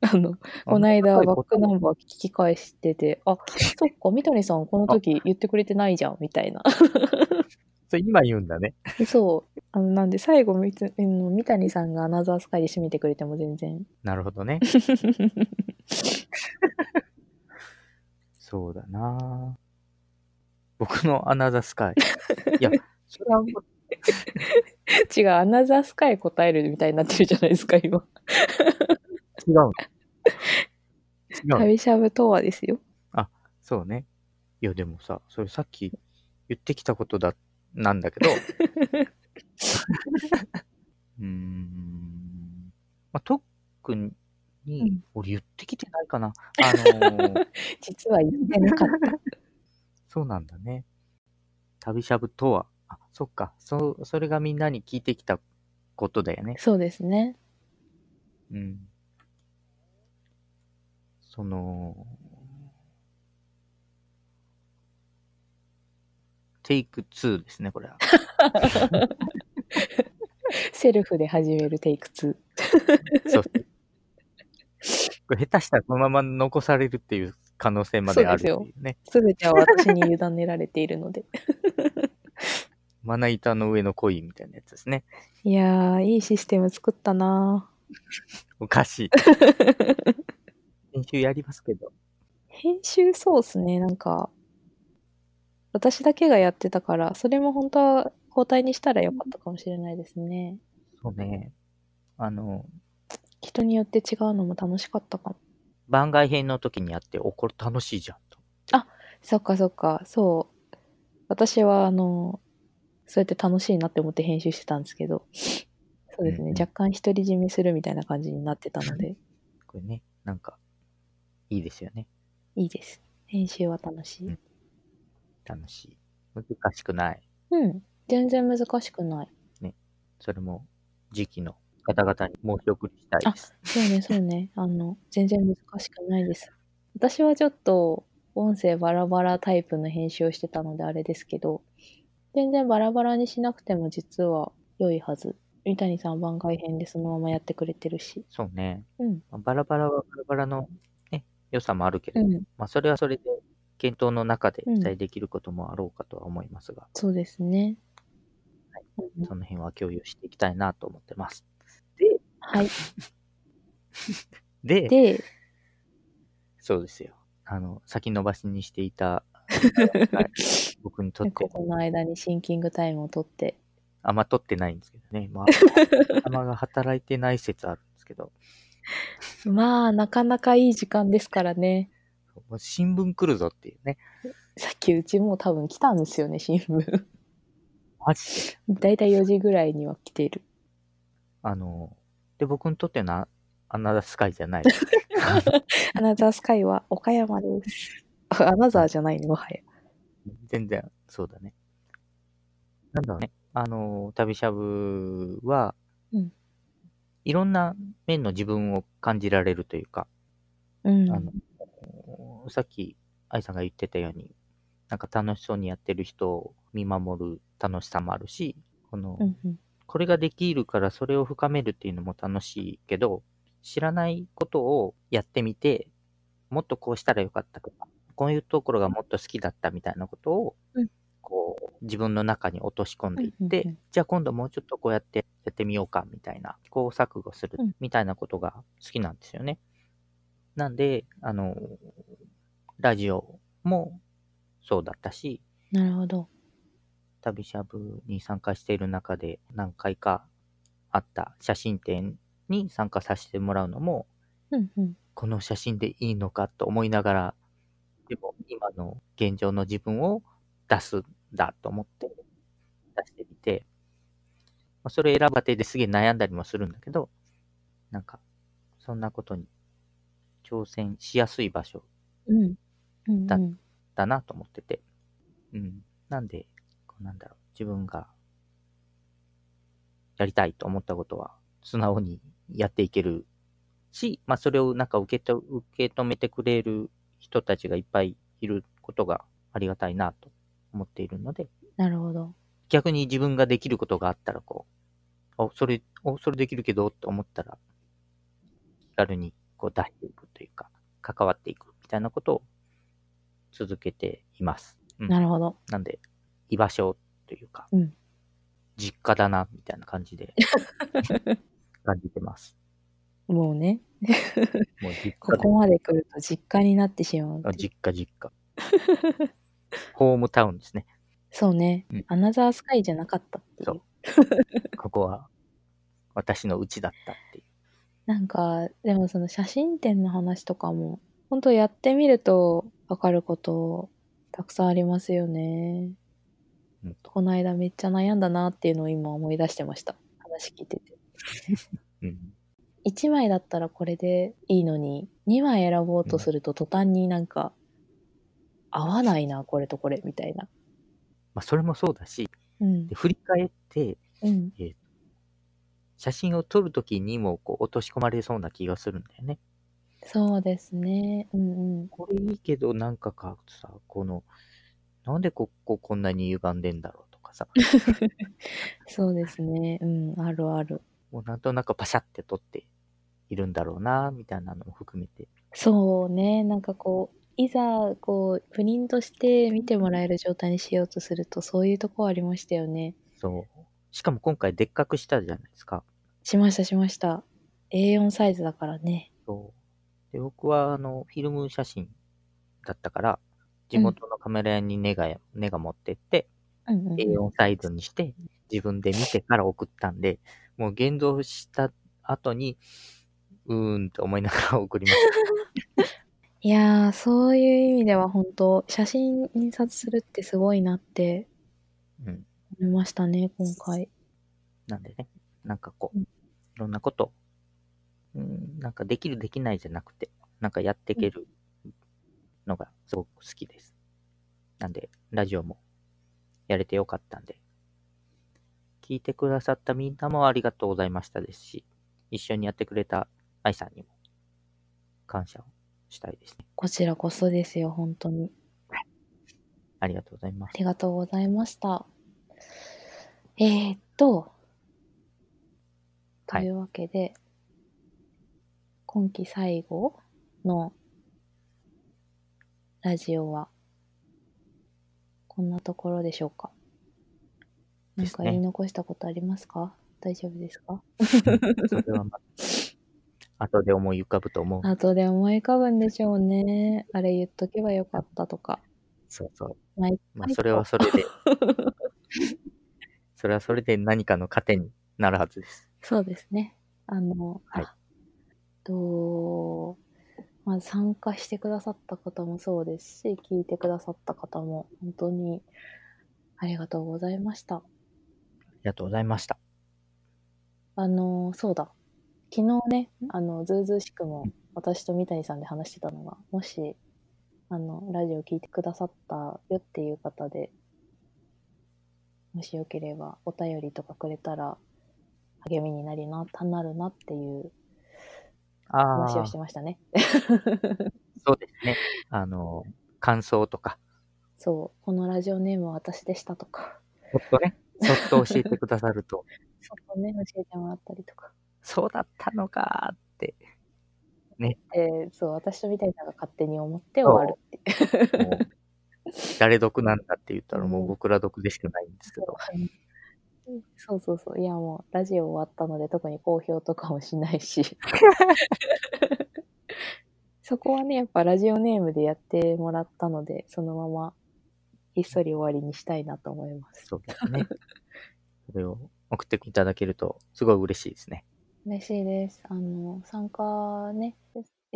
Speaker 2: あのこの間バックナンバー聞き返しててあそっか三谷さんこの時言ってくれてないじゃんみた いな
Speaker 1: それ今言うんだね。
Speaker 2: そうあのなんで最後みつあの三谷さんが「アナザースカイ」で締めてくれても全然
Speaker 1: なるほどね。そうだな僕のアナザースカイ。いや、それはもう
Speaker 2: 違う「アナザースカイ」答えるみたいになってるじゃないですか今
Speaker 1: 違うの。違うの。
Speaker 2: 旅しゃぶとはですよ
Speaker 1: そうね。いや、でもさ、それさっき言ってきたことだ、なんだけ ど。うーん。まあ、特に、
Speaker 2: うん
Speaker 1: 俺言ってきてないかな。あの ー
Speaker 2: 実は言ってなかった
Speaker 1: そうなんだね。旅しゃぶとは、あ、そっか。そ、それがみんなに聞いてきたことだよね。
Speaker 2: そうですね
Speaker 1: うん。その、テイク2ですね、こ れは。
Speaker 2: セルフで始めるテイク2
Speaker 1: そう。これ下手したらこのまま残されるっていう可能性まであるっていうね。
Speaker 2: 全ては私に委ねられているので
Speaker 1: まな板の上の恋みたいなやつですね。
Speaker 2: いやー、いいシステム作ったな
Speaker 1: おかし い。編集やりますけど。
Speaker 2: ー編集そうっすね、なんか。私だけがやってたから、それも本当は交代にしたらよかったかもしれないですね。
Speaker 1: そうね。あの、
Speaker 2: 人によって違うのも楽しかったかも。
Speaker 1: 番外編の時にやって、お、これ楽しいじゃんと。
Speaker 2: そっかそっか、そう。私はあの、そうやって楽しいなって思って編集してたんですけど、そうです
Speaker 1: うん
Speaker 2: ね
Speaker 1: う、ん
Speaker 2: 若干独り占めするみたいな感じになってたので、
Speaker 1: これね、なんか、いいですよね。
Speaker 2: いいです。編集は楽しい。
Speaker 1: 楽しい。難しくない。
Speaker 2: うん、全然難しくない。
Speaker 1: それも、時期の方々に申し送りしたいです。
Speaker 2: そうね、そうね。あの、全然難しくないです。私はちょっと、音声バラバラタイプの編集をしてたのであれですけど、全然バラバラにしなくても実は良いはず。三谷さん番外編でそのままやってくれてるし。
Speaker 1: そうね。
Speaker 2: うん。
Speaker 1: まあバラバラはバラバラの、ね、良さもあるけれ
Speaker 2: う
Speaker 1: ど、
Speaker 2: ん。
Speaker 1: まあ、それはそれで、検討の中で
Speaker 2: う
Speaker 1: 期
Speaker 2: ん
Speaker 1: 待できることもあろうかとは思いますが、
Speaker 2: そうですね。うん
Speaker 1: その辺は共有していきたいなと思ってます。
Speaker 2: はい。
Speaker 1: で、
Speaker 2: で、
Speaker 1: そうですよ。あの、先延ばしにしてい た、はい僕にとって
Speaker 2: この間にシンキングタイムを取って、
Speaker 1: あんま取ってないんですけどね。 まあ、頭が働いてない説あるんですけど、
Speaker 2: まあ、なかなかいい時間ですからね。
Speaker 1: もう新聞来るぞっていうね。
Speaker 2: さっきうちも多分来たんですよね、新聞。
Speaker 1: マジで。
Speaker 2: だいたい4時ぐらいには来ている。
Speaker 1: あの、で、僕にとってのアナザースカイじゃない です。
Speaker 2: アナザースカイは岡山です。あアナザーじゃないの、もはや。
Speaker 1: 全然、そうだね。なんだろうね。あの、旅しゃぶは、
Speaker 2: うん
Speaker 1: いろんな面の自分を感じられるというか、
Speaker 2: うん。
Speaker 1: あのさっき愛さんが言ってたようになんか楽しそうにやってる人を見守る楽しさもあるしこの、
Speaker 2: うんうん
Speaker 1: これができるからそれを深めるっていうのも楽しいけど知らないことをやってみてもっとこうしたらよかったとかこういうところがもっと好きだったみたいなことを、
Speaker 2: うん
Speaker 1: こう自分の中に落とし込んでいって、
Speaker 2: うんうんうん
Speaker 1: じゃあ今度もうちょっとこうやってやってみようかみたいな試行錯誤する
Speaker 2: うん
Speaker 1: みたいなことが好きなんですよね。なんであのラジオもそうだったし
Speaker 2: なるほど。
Speaker 1: 旅しゃぶに参加している中で何回かあった写真展に参加させてもらうのも
Speaker 2: うんうん。
Speaker 1: この写真でいいのかと思いながらでも今の現状の自分を出すんだと思って出してみて、まあ、それ選ぶ過程ですげえ悩んだりもするんだけどなんかそんなことに挑戦しやすい場所
Speaker 2: うん。うん、
Speaker 1: だ
Speaker 2: うん。
Speaker 1: だなと思ってて。うん。なんで、こうなんだろう、自分がやりたいと思ったことは素直にやっていけるし、まあそれをなんか受けと受け止めてくれる人たちがいっぱいいることがありがたいなと思っているので、
Speaker 2: なるほど。
Speaker 1: 逆に自分ができることがあったらこう、お、それ、お、それできるけどって思ったら、気軽にこう出していくというか、関わっていくみたいなことを続けています。うん
Speaker 2: なるほど。
Speaker 1: なんで、居場所というか、
Speaker 2: うん
Speaker 1: 実家だな、みたいな感じ で、感じてます。
Speaker 2: もうね、
Speaker 1: もう実
Speaker 2: こ
Speaker 1: 家
Speaker 2: こまで来ると実家になってしまうって
Speaker 1: あ
Speaker 2: いう。
Speaker 1: 実家、実家。ホームタウンですね。
Speaker 2: そうね、
Speaker 1: うん
Speaker 2: アナザースカイじゃなかったってい
Speaker 1: そうう。ここは、私の家だったっていう。
Speaker 2: なんか、でもその写真展の話とかも、本当やってみるとわかること、たくさんありますよね。
Speaker 1: うん
Speaker 2: この間めっちゃ悩んだなっていうのを今思い出してました。話聞いてて。
Speaker 1: うん
Speaker 2: 1枚だったらこれでいいのに、2枚選ぼうとすると途端になんか、合わないな、これとこれ、みたいな。
Speaker 1: まあ、それもそうだし、
Speaker 2: うん
Speaker 1: で。振り返って、
Speaker 2: うん。
Speaker 1: 写真を撮るときにもこう落とし込まれそうな気がするんだよね。
Speaker 2: そうですね。うんうん。
Speaker 1: これいいけど、なんかかさ、この、なんでこここんなに歪んでんだろうとかさ、
Speaker 2: そうですね。うん、あるある。
Speaker 1: もうなんとなくパシャって撮っているんだろうな、みたいなのも含めて。
Speaker 2: そうね、なんかこう、いざこう、プリントして見てもらえる状態にしようとすると、そういうとこありましたよね。
Speaker 1: そう。しかも今回でっかくしたじゃないですか。
Speaker 2: しました、しました。A4 サイズだからね。
Speaker 1: そう。で、僕はあの、フィルム写真だったから、地元のカメラ屋に根が、根が持ってって、
Speaker 2: うんうん。
Speaker 1: A4 サイズにして、自分で見てから送ったんで、もう現像した後に、うーんって思いながら送りました。
Speaker 2: いやー、そういう意味では本当、写真印刷するってすごいなって
Speaker 1: うん、
Speaker 2: 見ましたね、今回。
Speaker 1: なんでね、なんかこ
Speaker 2: う
Speaker 1: う、
Speaker 2: ん
Speaker 1: いろんなこと、うん、なんかできるできないじゃなくて、なんかやっていけるのがすごく好きです。なんで、ラジオもやれてよかったんで、聞いてくださったみんなもありがとうございましたですし、一緒にやってくれた愛さんにも感謝をしたいですね。
Speaker 2: こちらこそですよ、本当に。
Speaker 1: ありがとうございま
Speaker 2: あ
Speaker 1: す。
Speaker 2: りがとうございました。えー、っと、と
Speaker 1: はい
Speaker 2: いうわけで、今期最後のラジオは、こんなところでしょうか。なん
Speaker 1: で
Speaker 2: か
Speaker 1: すね
Speaker 2: 言い残したことありますか大丈夫ですか
Speaker 1: それはまあ、後で思い浮かぶと思う。
Speaker 2: 後で思い浮かぶんでしょうね。あれ言っとけばよかったとか。
Speaker 1: そうそう。
Speaker 2: まあ
Speaker 1: まあ、それはそれで、 それはそれで何かの糧になるはずです。
Speaker 2: そうですね。あの、
Speaker 1: はい
Speaker 2: あと、まあ、参加してくださった方もそうですし、聞いてくださった方も本当にありがとうございました。
Speaker 1: ありがとうございました。
Speaker 2: あの、そうだ。昨日ね、あの、ずうずうしくも私と三谷さんで話してたのが、もし、あの、ラジオ聞いてくださったよっていう方で、もしよければお便りとかくれたら、励みになりな、なるなっていう
Speaker 1: ああ、
Speaker 2: 話をして
Speaker 1: そ
Speaker 2: ましたね。
Speaker 1: うですね。あの、感想とか、
Speaker 2: そう、このラジオネームは私でしたとか、
Speaker 1: そっとね、そっと教えてくださると、
Speaker 2: そっとね、教えてもらったりとか。
Speaker 1: そうだったのかーって、
Speaker 2: えーそう、私とみたいなのが勝手に思って終わるっていう。
Speaker 1: もう、 誰得なんだって言ったらもう僕ら得でしかないんですけど、
Speaker 2: そうそうそう。いや、もう、ラジオ終わったので、特に好評とかもしないし。そこはね、やっぱラジオネームでやってもらったので、そのまま、ひっそり終わりにしたいなと思います。
Speaker 1: そうですね。それを送っていただけると、すごい嬉しいですね。
Speaker 2: 嬉しいです。あの、参加ね、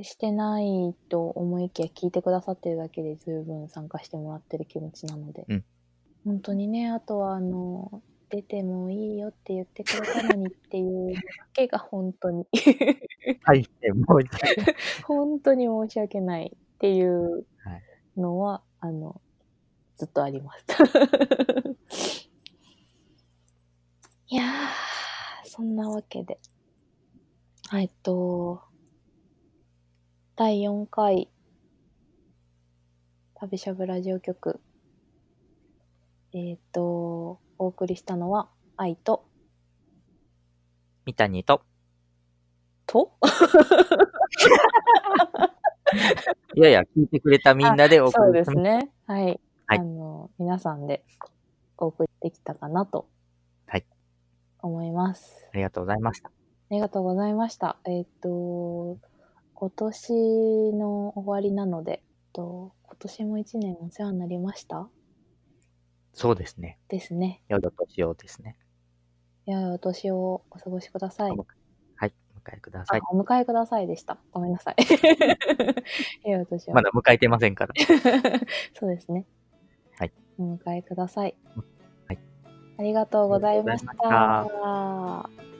Speaker 2: してないと思いきや聞いてくださってるだけで十分参加してもらってる気持ちなので、
Speaker 1: うん
Speaker 2: 本当にね、あとはあの、出てもいいよって言ってくれたのにっていうだけが本当に、
Speaker 1: はい、もう一回。
Speaker 2: 本当に申し訳ないっていう
Speaker 1: はい
Speaker 2: のは、あの、ずっとあります。 いやー、そんなわけで。えっと、第4回、旅しゃぶラジオ局。えっと、お送りしたのは、愛と、
Speaker 1: 三谷と、
Speaker 2: と
Speaker 1: いやいや、聞いてくれたみんなでお
Speaker 2: そう
Speaker 1: 送り
Speaker 2: で
Speaker 1: し
Speaker 2: す
Speaker 1: ま
Speaker 2: ね。はい。
Speaker 1: はい
Speaker 2: あの、皆さんでお送りできたかなと。
Speaker 1: はい
Speaker 2: 思います。
Speaker 1: ありがとうございました。
Speaker 2: ありがとうございました。えっ、と、今年の終わりなので、えっと今年も一年お世話になりました
Speaker 1: そうですね。
Speaker 2: ですね。
Speaker 1: よいお年をですね。
Speaker 2: 良いお年をお過ごしください。
Speaker 1: お迎えはい、お迎えください
Speaker 2: あ。お迎えくださいでした。ごめんな さい。良いお年を。
Speaker 1: まだ迎えてませんから。
Speaker 2: そうですね。
Speaker 1: はい。
Speaker 2: お迎えください。
Speaker 1: はい。
Speaker 2: ありがとうございまし
Speaker 1: ありがとう
Speaker 2: た。